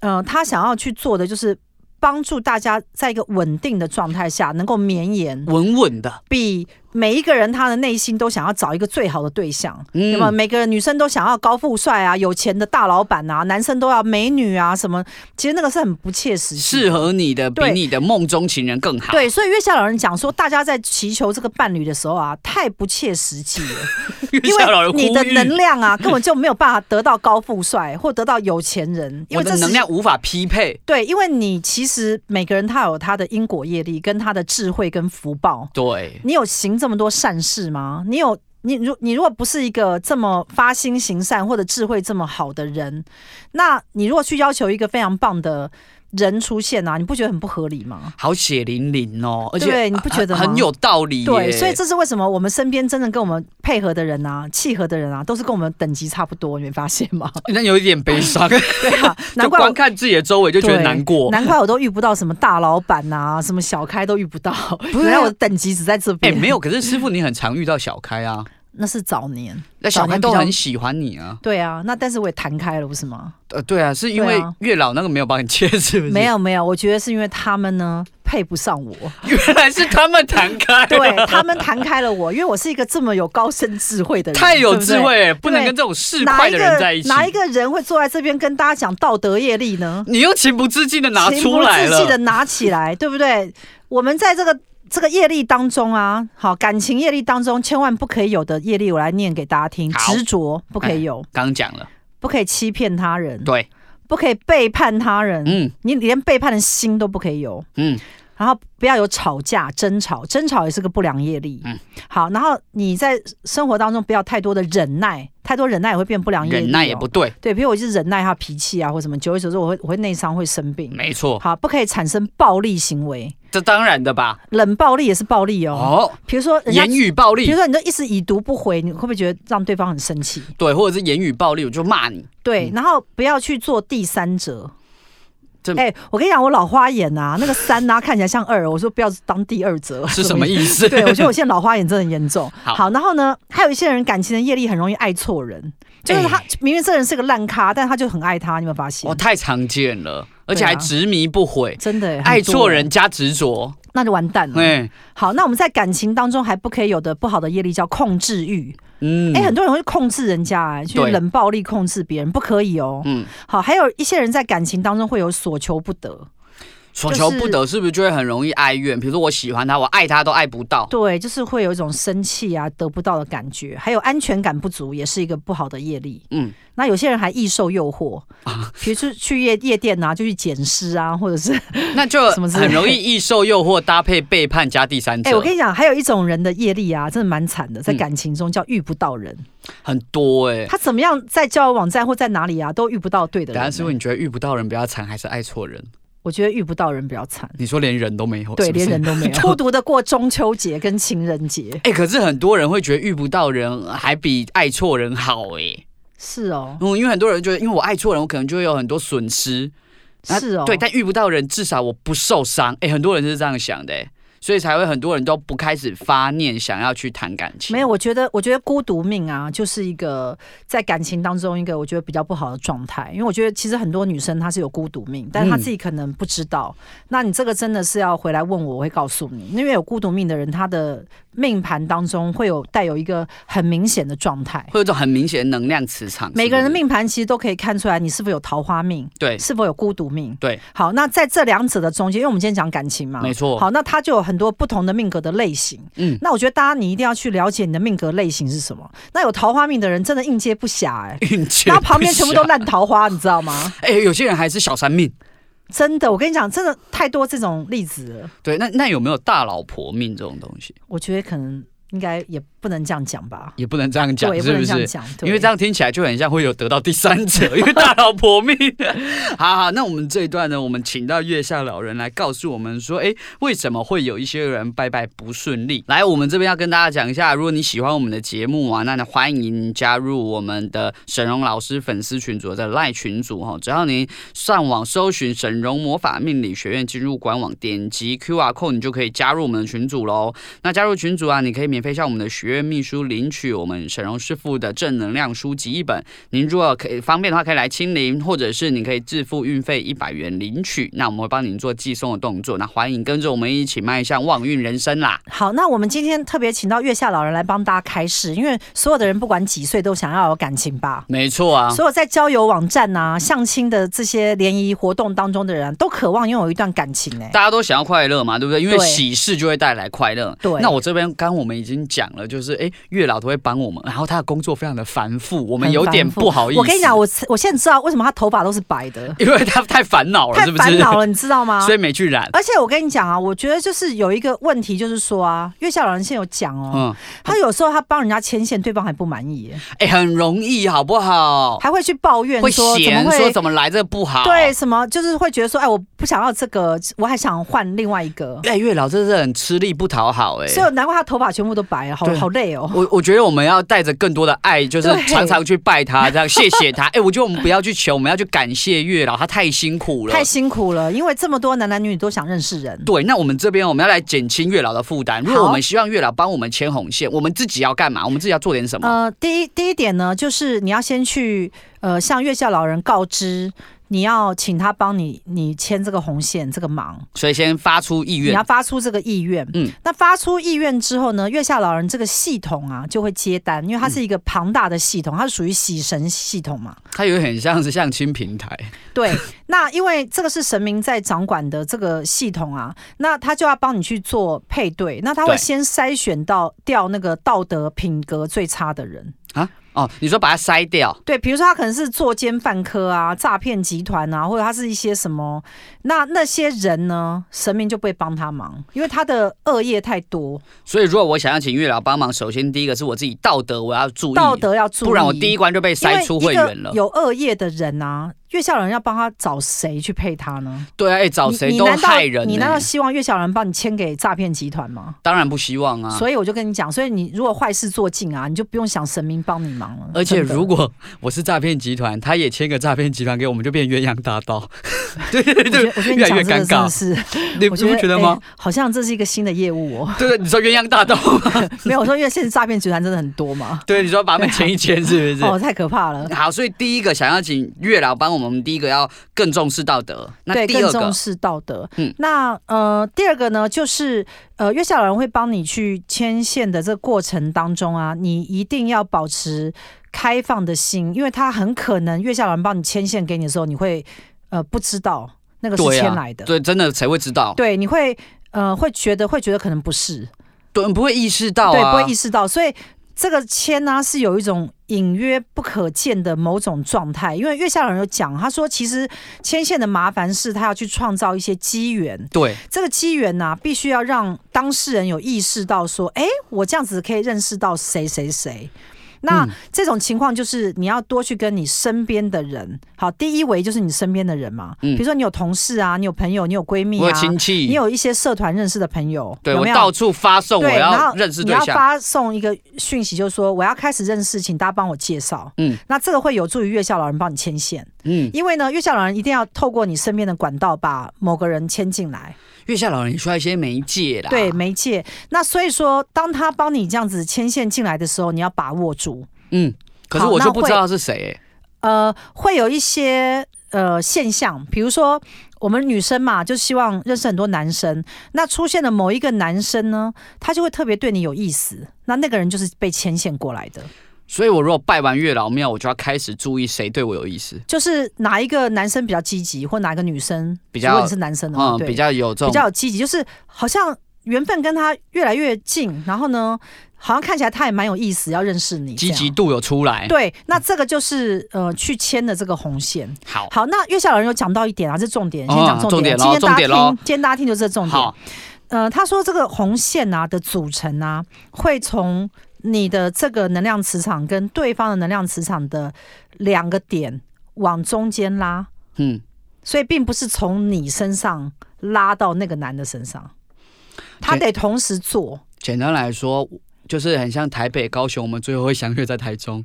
[SPEAKER 1] 呃，他想要去做的就是帮助大家在一个稳定的状态下能够绵延，
[SPEAKER 2] 稳稳的，
[SPEAKER 1] 比每一个人他的内心都想要找一个最好的对象。
[SPEAKER 2] 嗯
[SPEAKER 1] 那么每个人女生都想要高富帅啊、有钱的大老板啊，男生都要美女啊什么，其实那个是很不切实际的。
[SPEAKER 2] 适合你的比
[SPEAKER 1] 对
[SPEAKER 2] 你的梦中情人更好。
[SPEAKER 1] 对，所以月下老人讲说，大家在祈求这个伴侣的时候啊，太不切实际 了，因
[SPEAKER 2] 月下老
[SPEAKER 1] 为
[SPEAKER 2] 人呼
[SPEAKER 1] 你的
[SPEAKER 2] 吁
[SPEAKER 1] 能量啊，根本就没有办法得到高富帅或得到有钱人，因
[SPEAKER 2] 我
[SPEAKER 1] 为这
[SPEAKER 2] 的
[SPEAKER 1] 是
[SPEAKER 2] 能量无法匹配。
[SPEAKER 1] 对，因为你其实每个人他有他的因果业力，跟他的智慧跟福报。
[SPEAKER 2] 对，
[SPEAKER 1] 你有行这么多善事吗？你有你如你如果不是一个这么发心行善或者智慧这么好的人，那你如果去要求一个非常棒的人出现啊，你不觉得很不合理吗？
[SPEAKER 2] 好血淋淋哦，而且
[SPEAKER 1] 对你不觉得吗
[SPEAKER 2] 很很有道理耶？
[SPEAKER 1] 对，所以这是为什么我们身边真正跟我们配合的人啊、契合的人啊，都是跟我们等级差不多，你没发现 吗？
[SPEAKER 2] 那有一点悲伤，
[SPEAKER 1] 对啊， 难
[SPEAKER 2] 就
[SPEAKER 1] 怪
[SPEAKER 2] 光
[SPEAKER 1] 我。
[SPEAKER 2] 看自己的周围就觉得
[SPEAKER 1] 对
[SPEAKER 2] 难过。
[SPEAKER 1] 难怪我都遇不到什么大老板呐、什么小开都遇不 到，
[SPEAKER 2] 是啊
[SPEAKER 1] 原来我的等级只在这
[SPEAKER 2] 哎，
[SPEAKER 1] 边。
[SPEAKER 2] 没有，可是师傅你很常遇到小开啊，
[SPEAKER 1] 那是早年。
[SPEAKER 2] 那小
[SPEAKER 1] 早
[SPEAKER 2] 开
[SPEAKER 1] 年
[SPEAKER 2] 都
[SPEAKER 1] 比较
[SPEAKER 2] 很喜欢你啊。
[SPEAKER 1] 对啊，那但是我也弹开了，不是吗？
[SPEAKER 2] 呃，对啊，是因
[SPEAKER 1] 对
[SPEAKER 2] 为
[SPEAKER 1] 啊
[SPEAKER 2] 月老那个没有帮你切，是不是？
[SPEAKER 1] 没，有没有，我觉得是因为他们呢配不上 我，
[SPEAKER 2] 原来是他们弹 开。
[SPEAKER 1] 对他们弹开了我，因为我是一个这么有高深智慧的人，
[SPEAKER 2] 太有
[SPEAKER 1] 对不对
[SPEAKER 2] 智慧了，不能
[SPEAKER 1] 对
[SPEAKER 2] 跟这种市
[SPEAKER 1] 哪
[SPEAKER 2] 侩
[SPEAKER 1] 一
[SPEAKER 2] 的
[SPEAKER 1] 个
[SPEAKER 2] 人在一起。
[SPEAKER 1] 哪一个人会坐在这边跟大家讲道德业力呢？
[SPEAKER 2] 你又情不自禁的 拿
[SPEAKER 1] 情
[SPEAKER 2] 出
[SPEAKER 1] 不
[SPEAKER 2] 来
[SPEAKER 1] 自禁的
[SPEAKER 2] 了，
[SPEAKER 1] 拿起来，对不对？我们在这个这个业力当中啊，好感情业力当中，千万不可以有的业力，我来念给大家听：
[SPEAKER 2] 好
[SPEAKER 1] 执着不可以有，
[SPEAKER 2] 刚刚讲了，
[SPEAKER 1] 不可以欺骗他人，
[SPEAKER 2] 对，
[SPEAKER 1] 不可以背叛他人，
[SPEAKER 2] 嗯
[SPEAKER 1] 你连背叛的心都不可以有。
[SPEAKER 2] 嗯，
[SPEAKER 1] 然后不要有吵架、争吵，争吵也是个不良业力。
[SPEAKER 2] 嗯，
[SPEAKER 1] 好，然后你在生活当中不要太多的忍耐，太多忍耐也会变不良业力、哦
[SPEAKER 2] 忍耐也不。对，
[SPEAKER 1] 对，比如我就是忍耐他脾气啊，或什么，久而久之我会我会内伤，会生病。
[SPEAKER 2] 没错，
[SPEAKER 1] 好，不可以产生暴力行为，
[SPEAKER 2] 这当然的吧。
[SPEAKER 1] 冷暴力也是暴力哦。
[SPEAKER 2] 哦，
[SPEAKER 1] 比如说人家
[SPEAKER 2] 言，语暴
[SPEAKER 1] 比
[SPEAKER 2] 力
[SPEAKER 1] 如，说你都一直已读不回，你会不会觉得让对方很生气？
[SPEAKER 2] 对，或者是言语暴力，我就骂你。
[SPEAKER 1] 对，然后不要去做第三者，
[SPEAKER 2] 嗯这
[SPEAKER 1] 哎、我跟你讲，我老花眼啊，那个三啊看起来像二，我说不要当第二者
[SPEAKER 2] 是什么意思？
[SPEAKER 1] 对， 我觉得我现在老花眼真的很严重。
[SPEAKER 2] 好
[SPEAKER 1] 然后呢，还有一些人感情的业力很容易爱错人，就是他、
[SPEAKER 2] 哎哦
[SPEAKER 1] 明明这人是个烂咖，但他就很爱他，你有没有发现？
[SPEAKER 2] 我太常见了，而且
[SPEAKER 1] 对啊
[SPEAKER 2] 还执迷不悔，
[SPEAKER 1] 真的很
[SPEAKER 2] 爱
[SPEAKER 1] 多嗯
[SPEAKER 2] 错人加执着。
[SPEAKER 1] 那就完蛋了。
[SPEAKER 2] 哎，
[SPEAKER 1] 好，那我们在感情当中还不可以有的不好的业力叫控制欲。
[SPEAKER 2] 嗯
[SPEAKER 1] 哎、很多人会控制人家、哎，去
[SPEAKER 2] 对
[SPEAKER 1] 冷暴力控制别人，不可以哦。
[SPEAKER 2] 嗯，
[SPEAKER 1] 好，还有一些人在感情当中会有所求不得，
[SPEAKER 2] 所求不得，是不是就会很容易哀怨？比如说我喜欢他，我爱他都爱不到。
[SPEAKER 1] 对，就是会有一种生气啊得不到的感觉，还有安全感不足，也是一个不好的业力。
[SPEAKER 2] 嗯，
[SPEAKER 1] 那有些人还易受诱 惑，比如说去夜夜店啊，就去捡尸啊，或者 是
[SPEAKER 2] 那就
[SPEAKER 1] 什么之类
[SPEAKER 2] 很容易易受诱惑，搭配背叛加第三者，
[SPEAKER 1] 哎、我跟你讲，还有一种人的业力啊，真的蛮惨的，在
[SPEAKER 2] 嗯
[SPEAKER 1] 感情中叫遇不到人，
[SPEAKER 2] 很多哎、
[SPEAKER 1] 他怎么样在交友网站或在哪里啊，都遇不到对的
[SPEAKER 2] 等
[SPEAKER 1] 人、
[SPEAKER 2] 下是问你觉得遇不到人比较惨，还是爱错人？
[SPEAKER 1] 我觉得遇不到人比较惨，
[SPEAKER 2] 你说连人都没有，
[SPEAKER 1] 对，
[SPEAKER 2] 是不是
[SPEAKER 1] 连人都没 有，孤独的过中秋节跟情人节，
[SPEAKER 2] 哎、可是很多人会觉得遇不到人还比爱错人好哎、
[SPEAKER 1] 是哦，
[SPEAKER 2] 嗯，因为很多人觉得，因为我爱错人，我可能就会有很多损失。啊
[SPEAKER 1] 是哦，
[SPEAKER 2] 对，但遇不到人，至少我不受伤。哎、很多人是这样想的、哎所以才会很多人都不开始发念想要去谈感情。
[SPEAKER 1] 没有，，我觉得，我觉得孤独命啊，就是一个在感情当中一个我觉得比较不好的状态。因为我觉得其实很多女生她是有孤独命，但是她
[SPEAKER 2] 嗯
[SPEAKER 1] 自己可能不知道。那你这个真的是要回来问我，我会告诉你。因为有孤独命的人，他的命盘当中会有带有一个很明显的状态。
[SPEAKER 2] 会有一种很明显的能量磁场。
[SPEAKER 1] 每个人的
[SPEAKER 2] 是不是
[SPEAKER 1] 命盘其实都可以看出来，你是否有桃花命，
[SPEAKER 2] 对
[SPEAKER 1] 是否有孤独命。
[SPEAKER 2] 哎对，
[SPEAKER 1] 好，那在这两者的中间，因为我们今天讲感情嘛，
[SPEAKER 2] 没错
[SPEAKER 1] 好，那它就有很多不同的命格的类型。
[SPEAKER 2] 嗯
[SPEAKER 1] 嗯，那我觉得大家你一定要去了解你的命格类型是什么。那有桃花命的人真的应接不暇 哎、
[SPEAKER 2] 运气，
[SPEAKER 1] 然后旁边全部都。烂桃花，你知道吗？
[SPEAKER 2] 哎、有些人还是小三命。
[SPEAKER 1] 真的，我跟你讲，真的太多这种例子了。
[SPEAKER 2] 对，那那有没有大老婆命这种东西？
[SPEAKER 1] 我觉得可能应该也不能这样讲吧，
[SPEAKER 2] 也不能这样讲
[SPEAKER 1] 对，，也不
[SPEAKER 2] 是
[SPEAKER 1] 能
[SPEAKER 2] 不
[SPEAKER 1] 这样
[SPEAKER 2] 是？
[SPEAKER 1] 讲，对
[SPEAKER 2] 因为这样听起来就很像会有得到第三者，因为大老婆命。好好，那我们这一段呢，我们请到月下老人来告诉我们说，哎，为什么会有一些人拜拜不顺利？来，我们这边要跟大家讲一下，如果你喜欢我们的节目啊，那欢迎加入我们的沈荣老师粉丝群组的赖群组哈，只要您上网搜寻沈荣魔法命理学院，进入官网点击 Q R code，你就可以加入我们的群组喽。那加入群组啊，你可以免费向我们的学院秘书领取我们沈荣师傅的正能量书籍一本。您如果可以方便的话，可以来亲临，或者是你可以自付运费一百元领取。那我们会帮您做寄送的动作。那欢迎跟着我们一起迈向旺运人生啦！
[SPEAKER 1] 好，那我们今天特别请到月下老人来帮大家开示，因为所有的人不管几岁都想要有感情吧。
[SPEAKER 2] 没错啊，
[SPEAKER 1] 所有在交友网站啊、相亲的这些联谊活动当中的人啊，都渴望拥有一段感情哎、
[SPEAKER 2] 大家都想要快乐嘛，对不对？因为
[SPEAKER 1] 对
[SPEAKER 2] 喜事就会带来快乐。
[SPEAKER 1] 对
[SPEAKER 2] 那我这边刚刚我们已经讲了，就是哎，月老都会帮我们，然后他的工作非常的繁复，我们
[SPEAKER 1] 很
[SPEAKER 2] 有点
[SPEAKER 1] 繁复
[SPEAKER 2] 不好意思。
[SPEAKER 1] 我跟你讲，我我现在知道为什么他头发都是白的，
[SPEAKER 2] 因为他太烦恼了，
[SPEAKER 1] 太
[SPEAKER 2] 哦是不是？
[SPEAKER 1] 烦恼了，你知道吗
[SPEAKER 2] 所？以没去染。
[SPEAKER 1] 而且我跟你讲啊，我觉得就是有一个问题，就是说啊，月下老人现在有讲哦，
[SPEAKER 2] 嗯，
[SPEAKER 1] 他有时候他帮人家牵线，对方还不满意耶，
[SPEAKER 2] 哎、很容易，好不好？
[SPEAKER 1] 还会去抱怨
[SPEAKER 2] 会
[SPEAKER 1] 说怎么
[SPEAKER 2] 嫌说
[SPEAKER 1] 会。
[SPEAKER 2] 怎么来这不好？
[SPEAKER 1] 对，，什么就是会觉得说，哎，我不想要这个，我还想换另外一个，
[SPEAKER 2] 哎、月老真是很吃力不讨好、
[SPEAKER 1] 所
[SPEAKER 2] 哎。
[SPEAKER 1] 以难怪他头发全部都白了，好
[SPEAKER 2] 对
[SPEAKER 1] 好累哦。
[SPEAKER 2] 我我觉得我们要带着更多的爱，就是
[SPEAKER 1] 对
[SPEAKER 2] 常常去拜他，这样谢谢他。哎、我觉得我们不要去求，我们要去感谢月老，他太辛苦了
[SPEAKER 1] 太。辛苦了，因为这么多男男女女都想认识人。
[SPEAKER 2] 对，那我们这边我们要来减轻月老的负担。如果
[SPEAKER 1] 好
[SPEAKER 2] 我们希望月老帮我们牵红线，我们自己要干嘛？我们自己要做点什么？
[SPEAKER 1] 呃，第一第一点呢，就是你要先去呃向月下老人告知，你要请他帮你你牵这个红线这个忙，
[SPEAKER 2] 所以先发出意
[SPEAKER 1] 你
[SPEAKER 2] 愿
[SPEAKER 1] 要。发出这个意愿。
[SPEAKER 2] 嗯
[SPEAKER 1] 嗯，那发出意愿之后呢，月下老人这个系统啊就会接单，因为它
[SPEAKER 2] 嗯
[SPEAKER 1] 是一个庞大的系统，它是属于喜神系统嘛。
[SPEAKER 2] 它有点像是相亲平台，
[SPEAKER 1] 对，那因为这个是神明在掌管的这个系统啊，那他就要帮你去做配对，那他会
[SPEAKER 2] 对
[SPEAKER 1] 先筛选到掉那个道德品格最差的人。
[SPEAKER 2] 哦，你说把它筛掉，
[SPEAKER 1] 对，比如说他可能是作奸犯科啊、诈骗集团啊，或者他是一些什么，那那些人呢，神明就不会帮他忙，因为他的恶业太多，
[SPEAKER 2] 所以，如果我想要请月老帮忙，首先第一个是我自己道德，我要注意
[SPEAKER 1] 道，德要注意，
[SPEAKER 2] 不然我第一关就被筛出会员了
[SPEAKER 1] 因为一个。有恶业的人啊，月校人要帮他找谁去配他呢？
[SPEAKER 2] 对啊，哎，找
[SPEAKER 1] 你
[SPEAKER 2] 谁
[SPEAKER 1] 你
[SPEAKER 2] 都
[SPEAKER 1] 难道
[SPEAKER 2] 害人、欸
[SPEAKER 1] 你难道希望月校人帮你签给诈骗集团吗？
[SPEAKER 2] 当然不希望啊。
[SPEAKER 1] 所以我就跟你讲，所以你如果坏事做尽啊，你就不用想神明帮你忙了。
[SPEAKER 2] 而且
[SPEAKER 1] 真的
[SPEAKER 2] 如果我是诈骗集团，他也签个诈骗集团给我们，就变鸳鸯大 道。对对
[SPEAKER 1] 我觉得
[SPEAKER 2] 对
[SPEAKER 1] 我觉得，你
[SPEAKER 2] 越来
[SPEAKER 1] 讲
[SPEAKER 2] 越
[SPEAKER 1] 这个
[SPEAKER 2] 尴
[SPEAKER 1] 真的
[SPEAKER 2] 尬，
[SPEAKER 1] 是，
[SPEAKER 2] 你
[SPEAKER 1] 我
[SPEAKER 2] 不觉得
[SPEAKER 1] 哎
[SPEAKER 2] 吗？
[SPEAKER 1] 好像这是一个新的业务哦。
[SPEAKER 2] 对对，你说鸳鸯大道吗，
[SPEAKER 1] 没有，我说因为现在诈骗集团真的很多嘛。
[SPEAKER 2] 对，你说把他们签一签，是不 是？
[SPEAKER 1] 哦，太可怕了。
[SPEAKER 2] 好，所以第一个想要请月老帮我们，第一个要更重视道德。那
[SPEAKER 1] 对，
[SPEAKER 2] 第
[SPEAKER 1] 更
[SPEAKER 2] 二
[SPEAKER 1] 重
[SPEAKER 2] 个，
[SPEAKER 1] 视道德。
[SPEAKER 2] 嗯
[SPEAKER 1] 那呃，第二个呢，就是呃，月下人会帮你去牵线的这个过程当中啊，你一定要保持开放的心，因为他很可能月下人帮你牵线给你的时候，你会呃不知道那个是
[SPEAKER 2] 对
[SPEAKER 1] 牵
[SPEAKER 2] 啊
[SPEAKER 1] 来的，
[SPEAKER 2] 对，真的谁会知道？
[SPEAKER 1] 对你会呃会觉得会觉得可能不是，
[SPEAKER 2] 对，不会意识到
[SPEAKER 1] 对，不
[SPEAKER 2] 啊，
[SPEAKER 1] 会意识到，所以。这个签呢、是有一种隐约不可见的某种状态，因为月下人有讲，他说其实牵线的麻烦是他要去创造一些机缘，
[SPEAKER 2] 对，
[SPEAKER 1] 这个机缘呐、必须要让当事人有意识到说，哎，我这样子可以认识到谁谁谁。那、
[SPEAKER 2] 嗯
[SPEAKER 1] 这种情况就是你要多去跟你身边的人，好，第一维就是你身边的人嘛，
[SPEAKER 2] 嗯
[SPEAKER 1] 比如说你有同事啊，你有朋友，你有闺蜜
[SPEAKER 2] 我
[SPEAKER 1] 啊，
[SPEAKER 2] 有亲
[SPEAKER 1] 你
[SPEAKER 2] 戚，
[SPEAKER 1] 有一些社团认识的朋友，
[SPEAKER 2] 对
[SPEAKER 1] 有
[SPEAKER 2] 我
[SPEAKER 1] 没有？
[SPEAKER 2] 到处发送，我
[SPEAKER 1] 对，然
[SPEAKER 2] 要
[SPEAKER 1] 后
[SPEAKER 2] 认识
[SPEAKER 1] 你
[SPEAKER 2] 对
[SPEAKER 1] 要
[SPEAKER 2] 象。
[SPEAKER 1] 发送一个讯息，就是说我要开始认识，请大家帮我介绍。
[SPEAKER 2] 嗯
[SPEAKER 1] 那这个会有助于月下老人帮你牵线，
[SPEAKER 2] 嗯，
[SPEAKER 1] 因为呢，月下老人一定要透过你身边的管道把某个人牵进来。
[SPEAKER 2] 月下老人也需要一些媒介啦。
[SPEAKER 1] 对媒介。那所以说，当他帮你这样子牵线进来的时候，你要把握住。
[SPEAKER 2] 嗯，可是
[SPEAKER 1] 好
[SPEAKER 2] 我
[SPEAKER 1] 那
[SPEAKER 2] 就不
[SPEAKER 1] 会
[SPEAKER 2] 知道是谁、
[SPEAKER 1] 呃，会有一些呃现象，比如说我们女生嘛，就希望认识很多男生。那出现了某一个男生呢，他就会特别对你有意思。那那个人就是被牵线过来的，
[SPEAKER 2] 所以我如果拜完月老庙，我就要开始注意谁对我有意思，
[SPEAKER 1] 就是哪一个男生比较积极，或哪一个女生
[SPEAKER 2] 比较
[SPEAKER 1] 如果你是男生的话，
[SPEAKER 2] 嗯，
[SPEAKER 1] 哦对
[SPEAKER 2] 比较有这
[SPEAKER 1] 比
[SPEAKER 2] 种
[SPEAKER 1] 较有积极，就是好像缘分跟他越来越近，然后呢，好像看起来他也蛮有意思，要认识你这
[SPEAKER 2] 积
[SPEAKER 1] 样，
[SPEAKER 2] 极度有出来。
[SPEAKER 1] 对，那这个就是呃去签的这个红线。
[SPEAKER 2] 好，
[SPEAKER 1] 好，那月下老人有讲到一点啊，这重点，先讲
[SPEAKER 2] 嗯
[SPEAKER 1] 重点。啊
[SPEAKER 2] 重点
[SPEAKER 1] 今
[SPEAKER 2] 咯
[SPEAKER 1] 天大家听
[SPEAKER 2] 重点，
[SPEAKER 1] 今天大家听就是这重点
[SPEAKER 2] 好。，
[SPEAKER 1] 呃，他说这个红线啊的组成啊，会从你的这个能量磁场跟对方的能量磁场的两个点往中间拉，
[SPEAKER 2] 嗯，
[SPEAKER 1] 所以并不是从你身上拉到那个男的身上，他得同时做。
[SPEAKER 2] 简单来说，就是很像台北、高雄，我们最后会相约在台中。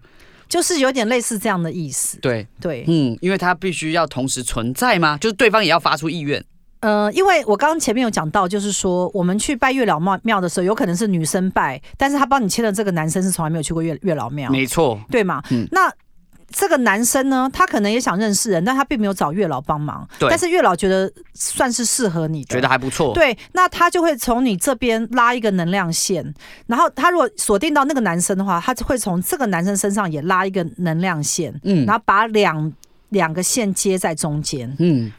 [SPEAKER 1] 就是有点类似这样的意思，
[SPEAKER 2] 对，
[SPEAKER 1] 对，
[SPEAKER 2] 嗯，因为它必须要同时存在嘛，就是对方也要发出意愿。
[SPEAKER 1] 呃，因为我刚刚前面有讲到，就是说我们去拜月老庙庙的时候，有可能是女生拜，但是他帮你签的这个男生是从来没有去过月月老庙，
[SPEAKER 2] 没错，
[SPEAKER 1] 对吗？
[SPEAKER 2] 嗯
[SPEAKER 1] 那这个男生呢，他可能也想认识人，但他并没有找月老帮忙，
[SPEAKER 2] 对
[SPEAKER 1] 但是月老觉得算是适合你的，
[SPEAKER 2] 觉得还不错。
[SPEAKER 1] 对，那他就会从你这边拉一个能量线，然后他如果锁定到那个男生的话，他就会从这个男生身上也拉一个能量线，
[SPEAKER 2] 嗯
[SPEAKER 1] 然后把两两个线接在中间。
[SPEAKER 2] 嗯，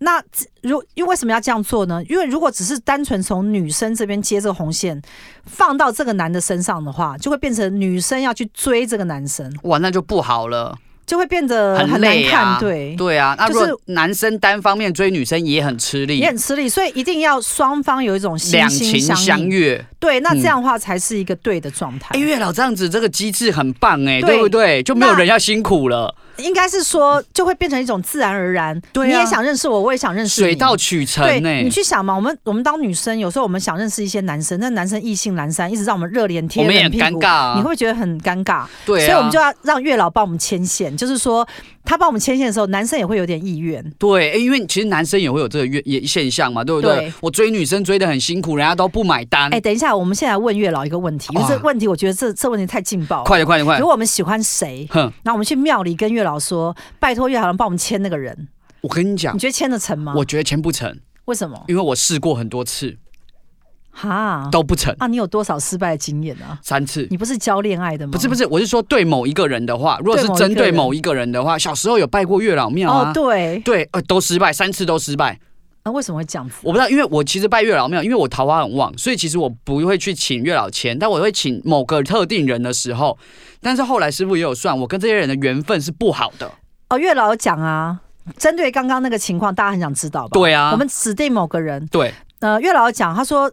[SPEAKER 1] 那只如因为为什么要这样做呢？因为如果只是单纯从女生这边接这个红线，放到这个男的身上的话，就会变成女生要去追这个男生，
[SPEAKER 2] 哇，那就不好了。
[SPEAKER 1] 就会变得
[SPEAKER 2] 很
[SPEAKER 1] 很难
[SPEAKER 2] 累
[SPEAKER 1] 看，
[SPEAKER 2] 啊
[SPEAKER 1] 对，
[SPEAKER 2] 对啊，那如
[SPEAKER 1] 就是
[SPEAKER 2] 果男生单方面追女生也很吃力
[SPEAKER 1] 也，很吃力。所以一定要双方有一种心
[SPEAKER 2] 两
[SPEAKER 1] 心
[SPEAKER 2] 情
[SPEAKER 1] 相
[SPEAKER 2] 相
[SPEAKER 1] 印，
[SPEAKER 2] 悦。
[SPEAKER 1] 对，那这样的话才是一个对的状态。
[SPEAKER 2] 哎，月老这样子这个机制很棒哎，
[SPEAKER 1] 对
[SPEAKER 2] 对不对？就没有
[SPEAKER 1] 那
[SPEAKER 2] 人要辛苦了，
[SPEAKER 1] 应该是说就会变成一种自然而然，
[SPEAKER 2] 对啊
[SPEAKER 1] 你也想认识我，我也想认识你。
[SPEAKER 2] 水到渠成
[SPEAKER 1] 对
[SPEAKER 2] 哎
[SPEAKER 1] 你。去想嘛，我们我们当女生，有时候我们想认识一些男生，那男生意兴阑珊，一直让我们热脸贴
[SPEAKER 2] 我们也
[SPEAKER 1] 冷屁股
[SPEAKER 2] 很尴尬啊
[SPEAKER 1] 你会不会觉得很尴尬。
[SPEAKER 2] 对啊，
[SPEAKER 1] 所以我们就要让月老帮我们牵线，就是说他帮我们牵线的时候，男生也会有点意愿。
[SPEAKER 2] 对，哎诶因为其实男生也会有这个愿也现象嘛，对不对？
[SPEAKER 1] 对
[SPEAKER 2] 我追女生追的很辛苦，人家都不买单。
[SPEAKER 1] 哎、等一下，我们现在问月老一个问题，因为
[SPEAKER 2] 嗯哇
[SPEAKER 1] 这问题我觉得这这问题太劲爆了。
[SPEAKER 2] 快点，快点，快
[SPEAKER 1] 如
[SPEAKER 2] 点！
[SPEAKER 1] 果我们喜欢谁，
[SPEAKER 2] 哼，
[SPEAKER 1] 那我们去庙里跟月老说，拜托月老帮我们牵那个人，
[SPEAKER 2] 我跟你讲
[SPEAKER 1] 你，觉得牵得成吗？
[SPEAKER 2] 啊我觉得签不成，
[SPEAKER 1] 为什么？
[SPEAKER 2] 因为我试过很多次
[SPEAKER 1] 哈
[SPEAKER 2] 都不成，
[SPEAKER 1] 啊，你有多少失败的经验啊？
[SPEAKER 2] 三次。
[SPEAKER 1] 你不是教恋爱的吗？
[SPEAKER 2] 不是不是，我是说对某一个人的话，如果是针对某一个人的话，小时候有拜过月老庙
[SPEAKER 1] 哦
[SPEAKER 2] 啊，，
[SPEAKER 1] 对，
[SPEAKER 2] 对，呃，都失败，三次都失败。
[SPEAKER 1] 啊，为什么会这样子？
[SPEAKER 2] 我不知道，因为我其实拜月老庙，因为我桃花很旺，所以其实我不会去请月老签，但我会请某个特定人的时候。但是后来师傅也有算，我跟这些人的缘分是不好的。
[SPEAKER 1] 哦，月老有讲啊，针对刚刚那个情况，大家很想知道吧？、
[SPEAKER 2] 对啊，
[SPEAKER 1] 我们指定某个人，
[SPEAKER 2] 对，
[SPEAKER 1] 呃，月老有讲，他说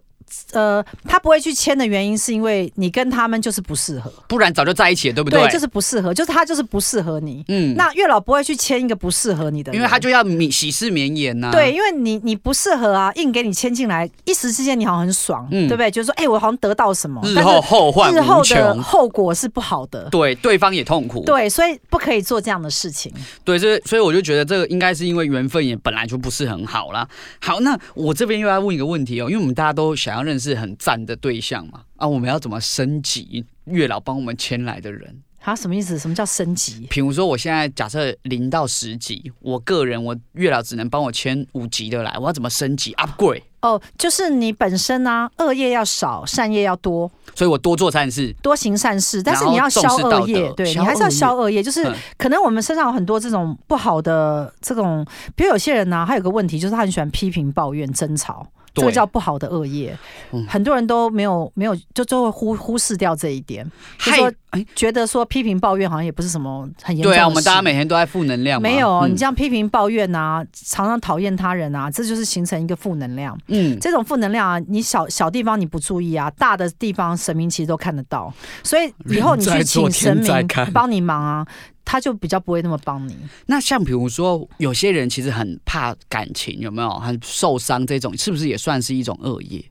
[SPEAKER 1] 呃，他不会去签的原因是因为你跟他们就是不适合，
[SPEAKER 2] 不然早就在一起了，对不
[SPEAKER 1] 对，就是不适合，就是他就是不适合你。
[SPEAKER 2] 嗯，
[SPEAKER 1] 那月老不会去签一个不适合你的人，
[SPEAKER 2] 因为他就要米喜事绵延啊呐、
[SPEAKER 1] 对，，因为你你不适合啊，硬给你签进来，一时之间你好像很爽，
[SPEAKER 2] 嗯
[SPEAKER 1] 对不对？就是说，哎、我好像得到什么，
[SPEAKER 2] 日
[SPEAKER 1] 但
[SPEAKER 2] 后
[SPEAKER 1] 是
[SPEAKER 2] 后患
[SPEAKER 1] 日
[SPEAKER 2] 无
[SPEAKER 1] 后的
[SPEAKER 2] 穷，
[SPEAKER 1] 后果是不好的。
[SPEAKER 2] 对，对方也痛苦，
[SPEAKER 1] 对，所以不可以做这样的事情。
[SPEAKER 2] 对，所以所以我就觉得这个应该是因为缘分也本来就不是很好啦。好，那我这边又要问一个问题哦，因为我们大家都想要认识很赞的对象嘛，啊，我们要怎么升级月老帮我们签来的人？
[SPEAKER 1] 啊，什么意思？什么叫升级？
[SPEAKER 2] 比如说我现在假设零到十级，我个人我月老只能帮我签五级的来，我要怎么升级 upgrade？
[SPEAKER 1] 哦，就是你本身呢、恶业要少，善业要多，
[SPEAKER 2] 所以我多做善事，
[SPEAKER 1] 多行善事，但是
[SPEAKER 2] 然后
[SPEAKER 1] 你要消
[SPEAKER 2] 重视道
[SPEAKER 1] 恶业
[SPEAKER 2] 德，
[SPEAKER 1] 对你
[SPEAKER 2] 消
[SPEAKER 1] 还是要
[SPEAKER 2] 恶业
[SPEAKER 1] 消恶业。就是
[SPEAKER 2] 嗯
[SPEAKER 1] 可能我们身上有很多这种不好的这种，比如有些人呢、他有个问题就是他很喜欢批评、抱怨、争吵。这个
[SPEAKER 2] 对
[SPEAKER 1] 叫不好的恶业，
[SPEAKER 2] 嗯
[SPEAKER 1] 很多人都没有没有就就会忽忽视掉这一点，就
[SPEAKER 2] 害
[SPEAKER 1] 说
[SPEAKER 2] 哎，
[SPEAKER 1] 觉得说批评抱怨好像也不是什么很严重的
[SPEAKER 2] 对
[SPEAKER 1] 事。
[SPEAKER 2] 啊，我们大家每天都在负能量嘛，
[SPEAKER 1] 没有哦，
[SPEAKER 2] 嗯
[SPEAKER 1] 你这样批评抱怨啊，常常讨厌他人啊，这就是形成一个负能量。
[SPEAKER 2] 嗯，
[SPEAKER 1] 这种负能量啊，你小小地方你不注意啊，大的地方神明其实都看得到，所以以后你
[SPEAKER 2] 人在
[SPEAKER 1] 去
[SPEAKER 2] 做
[SPEAKER 1] 请神
[SPEAKER 2] 天在看
[SPEAKER 1] 明帮你忙啊，他就比较不会那么帮你。
[SPEAKER 2] 那像比如说，有些人其实很怕感情，有没有？很受伤这种，是不是也算是一种恶业？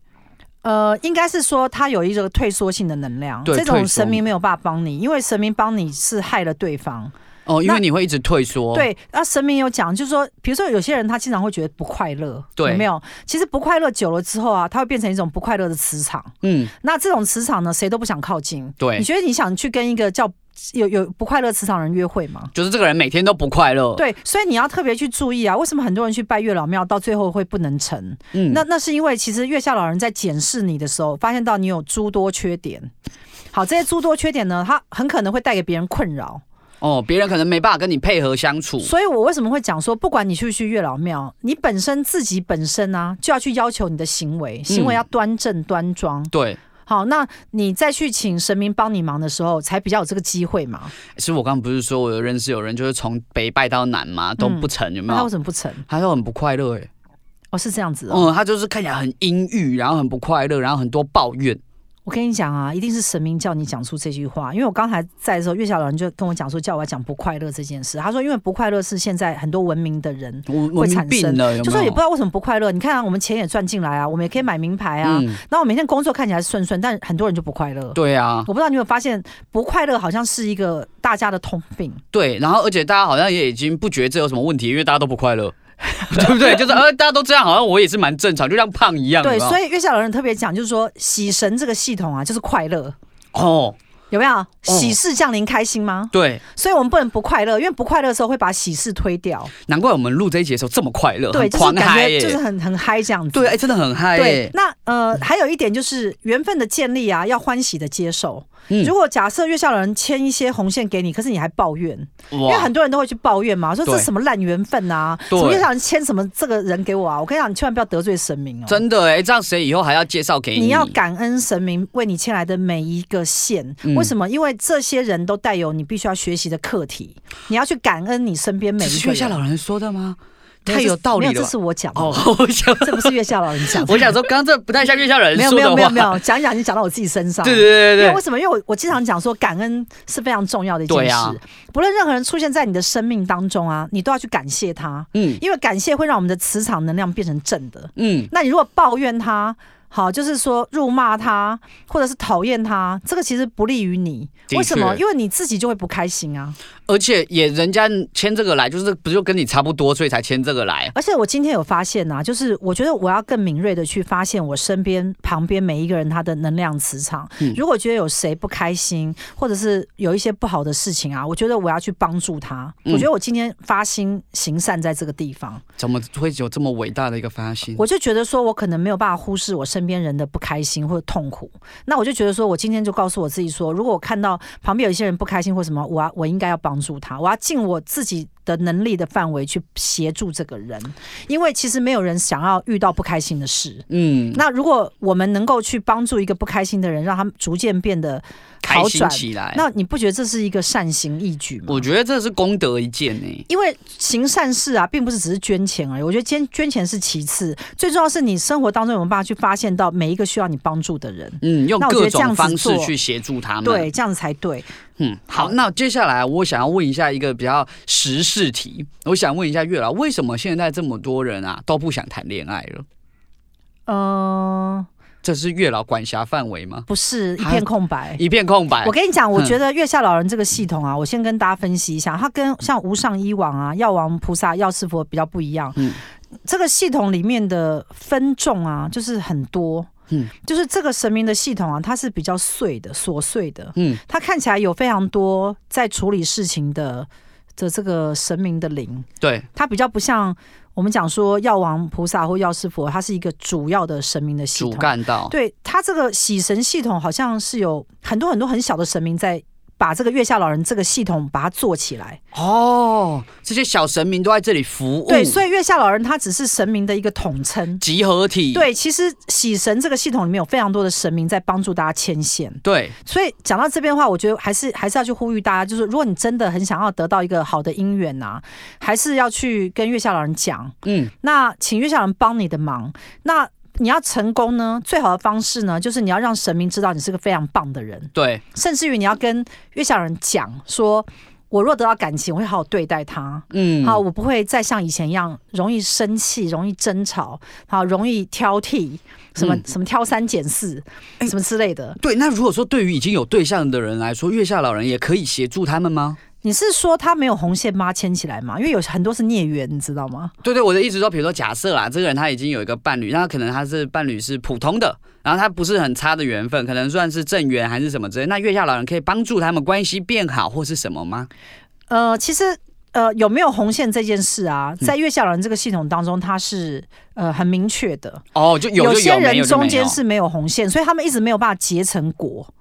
[SPEAKER 1] 呃，应该是说他有一个退缩性的能量，
[SPEAKER 2] 对
[SPEAKER 1] 这种
[SPEAKER 2] 退缩
[SPEAKER 1] 神明没有办法帮你，因为神明帮你是害了对方。
[SPEAKER 2] 哦，因为
[SPEAKER 1] 那
[SPEAKER 2] 你会一直退缩。，
[SPEAKER 1] 对，那神明有讲，就是说，比如说有些人他经常会觉得不快乐，
[SPEAKER 2] 对
[SPEAKER 1] 有没有？其实不快乐久了之后啊，它会变成一种不快乐的磁场。
[SPEAKER 2] 嗯，
[SPEAKER 1] 那这种磁场呢，谁都不想靠近。
[SPEAKER 2] 对
[SPEAKER 1] 你，觉得你想去跟一个叫有有不快乐磁场的人约会吗？
[SPEAKER 2] 就是这个人每天都不快乐。，
[SPEAKER 1] 对，所以你要特别去注意啊！为什么很多人去拜月老庙，到最后会不能成？
[SPEAKER 2] 嗯
[SPEAKER 1] 那那是因为其实月下老人在检视你的时候，发现到你有诸多缺点。好，这些诸多缺点呢，它很可能会带给别人困扰。
[SPEAKER 2] 哦，别人可能没办法跟你配合相处。
[SPEAKER 1] 所以我为什么会讲说，不管你去不去月老庙，你本身自己本身啊，就要去要求你的行
[SPEAKER 2] 嗯
[SPEAKER 1] 为，行为要端正端庄。
[SPEAKER 2] 对，
[SPEAKER 1] 好，那你再去请神明帮你忙的时候，才比较有这个机会嘛。
[SPEAKER 2] 其实我刚刚不是说我有认识有人就是从北拜到南
[SPEAKER 1] 嗯
[SPEAKER 2] 嘛都不成，有没
[SPEAKER 1] 那他为
[SPEAKER 2] 有？
[SPEAKER 1] 什么不成？
[SPEAKER 2] 他说很不快乐，哎，
[SPEAKER 1] 哦，是这样子哦。
[SPEAKER 2] 嗯，他就是看起来很阴郁，然后很不快乐，然后很多抱怨。
[SPEAKER 1] 我跟你讲啊，一定是神明叫你讲出这句话，因为我刚才在的时候，月小老人就跟我讲说，叫我要讲不快乐这件事。他说，因为不快乐是现在很多文明的人。
[SPEAKER 2] 我我
[SPEAKER 1] 产生
[SPEAKER 2] 病了，有没有？
[SPEAKER 1] 就说也不知道为什么不快乐，你看、啊、我们钱也赚进来啊，我们也可以买名牌啊。
[SPEAKER 2] 嗯，
[SPEAKER 1] 那、我每天工作看起来顺顺，但很多人就不快乐。
[SPEAKER 2] 对啊，
[SPEAKER 1] 我不知道你有没有发现，不快乐好像是一个大家的通病。
[SPEAKER 2] 对，然后而且大家好像也已经不觉得这有什么问题，因为大家都不 快乐，对不对？就是呃，大家都这样，好像我也是蛮正常，就像胖一样。
[SPEAKER 1] 对，
[SPEAKER 2] 有没有
[SPEAKER 1] 所以月下老人特别讲，就是说喜神这个系统啊，就是快乐，
[SPEAKER 2] 哦，
[SPEAKER 1] 有没有？喜事降临，开心吗？
[SPEAKER 2] 对，
[SPEAKER 1] 所以我们不能不快乐，因为不快乐的时候会把喜事推掉。
[SPEAKER 2] 难怪我们录这一集的时候这么快乐，
[SPEAKER 1] 对，
[SPEAKER 2] 很
[SPEAKER 1] 就是
[SPEAKER 2] 狂
[SPEAKER 1] 感
[SPEAKER 2] 嗨耶、
[SPEAKER 1] 觉就是很很嗨这样子。
[SPEAKER 2] 对，哎、真的很嗨耶、
[SPEAKER 1] 对，那呃，还有一点就是缘分的建立啊，要欢喜的接受。
[SPEAKER 2] 嗯
[SPEAKER 1] 如果假设月下老人牵一些红线给你，可是你还抱怨，因为
[SPEAKER 2] 哇
[SPEAKER 1] 很多人都会去抱怨嘛，说这
[SPEAKER 2] 对
[SPEAKER 1] 什么烂缘分啊，什
[SPEAKER 2] 对
[SPEAKER 1] 么月下老人牵什么这个人给我啊，我跟你讲，你千万不要得罪神明哦。
[SPEAKER 2] 真的哎、这样谁以后还要介绍给
[SPEAKER 1] 你要感恩神明为你牵来的每一个线，
[SPEAKER 2] 嗯
[SPEAKER 1] 为什么？因为这些人都带有你必须要学习的课题，你要去感恩你身边每
[SPEAKER 2] 这
[SPEAKER 1] 一
[SPEAKER 2] 是
[SPEAKER 1] 个
[SPEAKER 2] 月下
[SPEAKER 1] 人。
[SPEAKER 2] 老人说的吗？
[SPEAKER 1] 没有
[SPEAKER 2] 太
[SPEAKER 1] 这
[SPEAKER 2] 有道理
[SPEAKER 1] 没有，
[SPEAKER 2] 了
[SPEAKER 1] 这
[SPEAKER 2] 吧。
[SPEAKER 1] 是我讲的，
[SPEAKER 2] 哦， 我想，
[SPEAKER 1] 这不是月下老人讲的。
[SPEAKER 2] 我想说，刚刚这不太像月下老人
[SPEAKER 1] 没有
[SPEAKER 2] 呃说
[SPEAKER 1] 没
[SPEAKER 2] 的
[SPEAKER 1] 有
[SPEAKER 2] 话。
[SPEAKER 1] 没有没有，讲一讲就讲到我自己身上。
[SPEAKER 2] 对对
[SPEAKER 1] 因
[SPEAKER 2] 对
[SPEAKER 1] 为为
[SPEAKER 2] 对
[SPEAKER 1] 什么？因为我我经常讲说，感恩是非常重要的一件
[SPEAKER 2] 对
[SPEAKER 1] 事。
[SPEAKER 2] 啊
[SPEAKER 1] 不论任何人出现在你的生命当中啊，你都要去感谢他，
[SPEAKER 2] 对，嗯
[SPEAKER 1] 因为感谢会让我们的磁场能量变成正的。
[SPEAKER 2] 嗯，
[SPEAKER 1] 那你如果抱怨他，好，就是说辱骂他，或者是讨厌他，这个其实不利于你。
[SPEAKER 2] 的确
[SPEAKER 1] 为什么？因为你自己就会不开心啊。
[SPEAKER 2] 而且也人家签这个来，就是不就跟你差不多，所以才签这个来。
[SPEAKER 1] 而且我今天有发现啊，就是我觉得我要更敏锐的去发现我身边旁边每一个人他的能量磁场。
[SPEAKER 2] 嗯
[SPEAKER 1] 如果觉得有谁不开心，或者是有一些不好的事情啊，我觉得我要去帮助他。
[SPEAKER 2] 嗯
[SPEAKER 1] 我觉得我今天发心行善在这个地方，
[SPEAKER 2] 怎么会有这么伟大的一个发心？
[SPEAKER 1] 我就觉得说，我可能没有办法忽视我身边人的不开心或者痛苦。那我就觉得说，我今天就告诉我自己说，如果我看到旁边有一些人不开心或什么，我要我应该要帮助他，我要尽我自己的能力的范围去协助这个人，因为其实没有人想要遇到不开心的事。
[SPEAKER 2] 嗯，
[SPEAKER 1] 那如果我们能够去帮助一个不开心的人，让他们逐渐变得
[SPEAKER 2] 开
[SPEAKER 1] 好
[SPEAKER 2] 心
[SPEAKER 1] 转，
[SPEAKER 2] 起来。
[SPEAKER 1] 那你不觉得这是一个善行义举吗？
[SPEAKER 2] 我觉得这是功德一件呢、
[SPEAKER 1] 因为行善事啊，并不是只是捐钱而已。我觉得捐捐钱是其次，最重要是你生活当中有没有办法去发现到每一个需要你帮助的人，
[SPEAKER 2] 嗯，用
[SPEAKER 1] 那我觉
[SPEAKER 2] 各
[SPEAKER 1] 得这样
[SPEAKER 2] 种
[SPEAKER 1] 子
[SPEAKER 2] 方式
[SPEAKER 1] 做
[SPEAKER 2] 去协助他们。
[SPEAKER 1] 对，，这样子才对。
[SPEAKER 2] 嗯，好，那接下来我想要问一下一个比较时事题，我想问一下月老，为什么现在这么多人啊都不想谈恋爱了？
[SPEAKER 1] 嗯，
[SPEAKER 2] 这是月老管辖范围吗？
[SPEAKER 1] 不是一
[SPEAKER 2] 啊
[SPEAKER 1] 片空白。
[SPEAKER 2] 一片空白
[SPEAKER 1] 哎我。跟你讲，我
[SPEAKER 2] 嗯
[SPEAKER 1] 觉得月下老人这个系统啊，我先跟大家分析一下，它跟像无上医王啊、药王菩萨、药师佛比较不一样。
[SPEAKER 2] 嗯
[SPEAKER 1] 这个系统里面的分众啊，就是很多。
[SPEAKER 2] 嗯
[SPEAKER 1] 就是这个神明的系统啊，它是比较碎的、琐碎的。
[SPEAKER 2] 嗯
[SPEAKER 1] 它看起来有非常多在处理事情的的这个神明的灵，
[SPEAKER 2] 对，
[SPEAKER 1] 它比较不像我们讲说药王菩萨或药师佛，它是一个主要的神明的系
[SPEAKER 2] 主
[SPEAKER 1] 统。
[SPEAKER 2] 干道。
[SPEAKER 1] 对它这个喜神系统，好像是有很多很多很小的神明在把这个月下老人这个系统把它做起来。
[SPEAKER 2] 哦，这些小神明都在这里服务，
[SPEAKER 1] 对，所以月下老人它只是神明的一个统称。
[SPEAKER 2] 集合体。
[SPEAKER 1] 对，其实喜神这个系统里面有非常多的神明在帮助大家牵线。
[SPEAKER 2] 对，
[SPEAKER 1] 所以讲到这边的话，我觉得还是还是要去呼吁大家，就是如果你真的很想要得到一个好的姻缘呐、还是要去跟月下老人讲，
[SPEAKER 2] 嗯
[SPEAKER 1] 那请月下老人帮你的忙。那你要成功呢，最好的方式呢，就是你要让神明知道你是个非常棒的人，
[SPEAKER 2] 对，
[SPEAKER 1] 甚至于你要跟月下老人讲说。我若得到感情，我会好好对待他。
[SPEAKER 2] 嗯，
[SPEAKER 1] 好，，我不会再像以前一样容易生气、容易争吵，好，容易挑剔，什么、
[SPEAKER 2] 嗯哎
[SPEAKER 1] 什么挑三拣四，什么之类的。
[SPEAKER 2] 对。那如果说对于已经有对象的人来说，月下老人也可以协助他们吗？
[SPEAKER 1] 你是说他没有红线把他牵起来吗？因为有很多是孽缘，你知道吗？
[SPEAKER 2] 对对，我的意思说，比如说假设啦，这个人他已经有一个伴侣，那可能他是伴侣是普通的，然后他不是很差的缘分，可能算是正缘还是什么之类。那月下老人可以帮助他们关系变好或是什么吗？
[SPEAKER 1] 呃，其实呃有没有红线这件事啊，
[SPEAKER 2] 嗯
[SPEAKER 1] 在月下老人这个系统当中，它是呃很明确的。
[SPEAKER 2] 哦，就有就
[SPEAKER 1] 些
[SPEAKER 2] 没有
[SPEAKER 1] 人
[SPEAKER 2] 就没
[SPEAKER 1] 中
[SPEAKER 2] 有
[SPEAKER 1] 间是没有红线，所以他们一直没有办法结成果。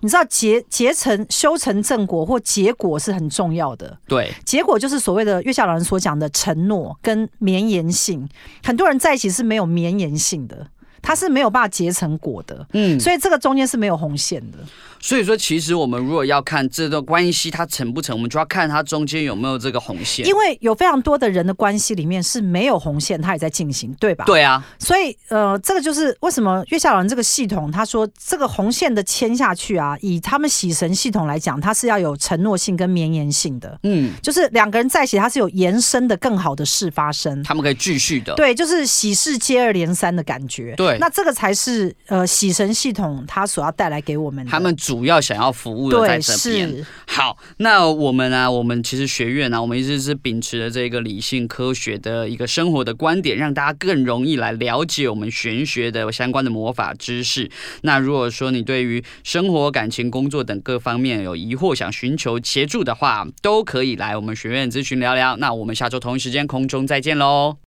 [SPEAKER 1] 你知道结结成修成正果或结果是很重要的，
[SPEAKER 2] 对，
[SPEAKER 1] 结果就是所谓的月下老人所讲的承诺跟绵延性。很多人在一起是没有绵延性的，他是没有办法结成果的，
[SPEAKER 2] 嗯，
[SPEAKER 1] 所以这个中间是没有红线的。
[SPEAKER 2] 所以说其实我们如果要看这段关系它成不成，我们就要看它中间有没有这个红线
[SPEAKER 1] 因。为有非常多的人的关系里面是没有红线，它也在进行，对吧？。
[SPEAKER 2] 对啊，
[SPEAKER 1] 所以呃，这个就是为什么月下老人这个系统，他说这个红线的牵下去啊，以他们喜神系统来讲，它是要有承诺性跟绵延性的，
[SPEAKER 2] 嗯，
[SPEAKER 1] 就是两个人在一起，它是有延伸的更好的事发生。
[SPEAKER 2] 他们可以继续的。
[SPEAKER 1] 对，就是喜事接二连三的感觉。
[SPEAKER 2] 对
[SPEAKER 1] 那这个才是呃喜神系统它所要带来给我们的。
[SPEAKER 2] 他们主要想要服务的在
[SPEAKER 1] 对
[SPEAKER 2] 这边，
[SPEAKER 1] 是
[SPEAKER 2] 好，那我们呢、我们其实学院啊呢、我们一直是秉持着这个理性科学的一个生活的观点，让大家更容易来了解我们玄学的相关的魔法知识。那如果说你对于生活、感情、工作等各方面有疑惑，想寻求协助的话，都可以来我们学院咨询聊聊。那我们下周同一时间空中再见喽。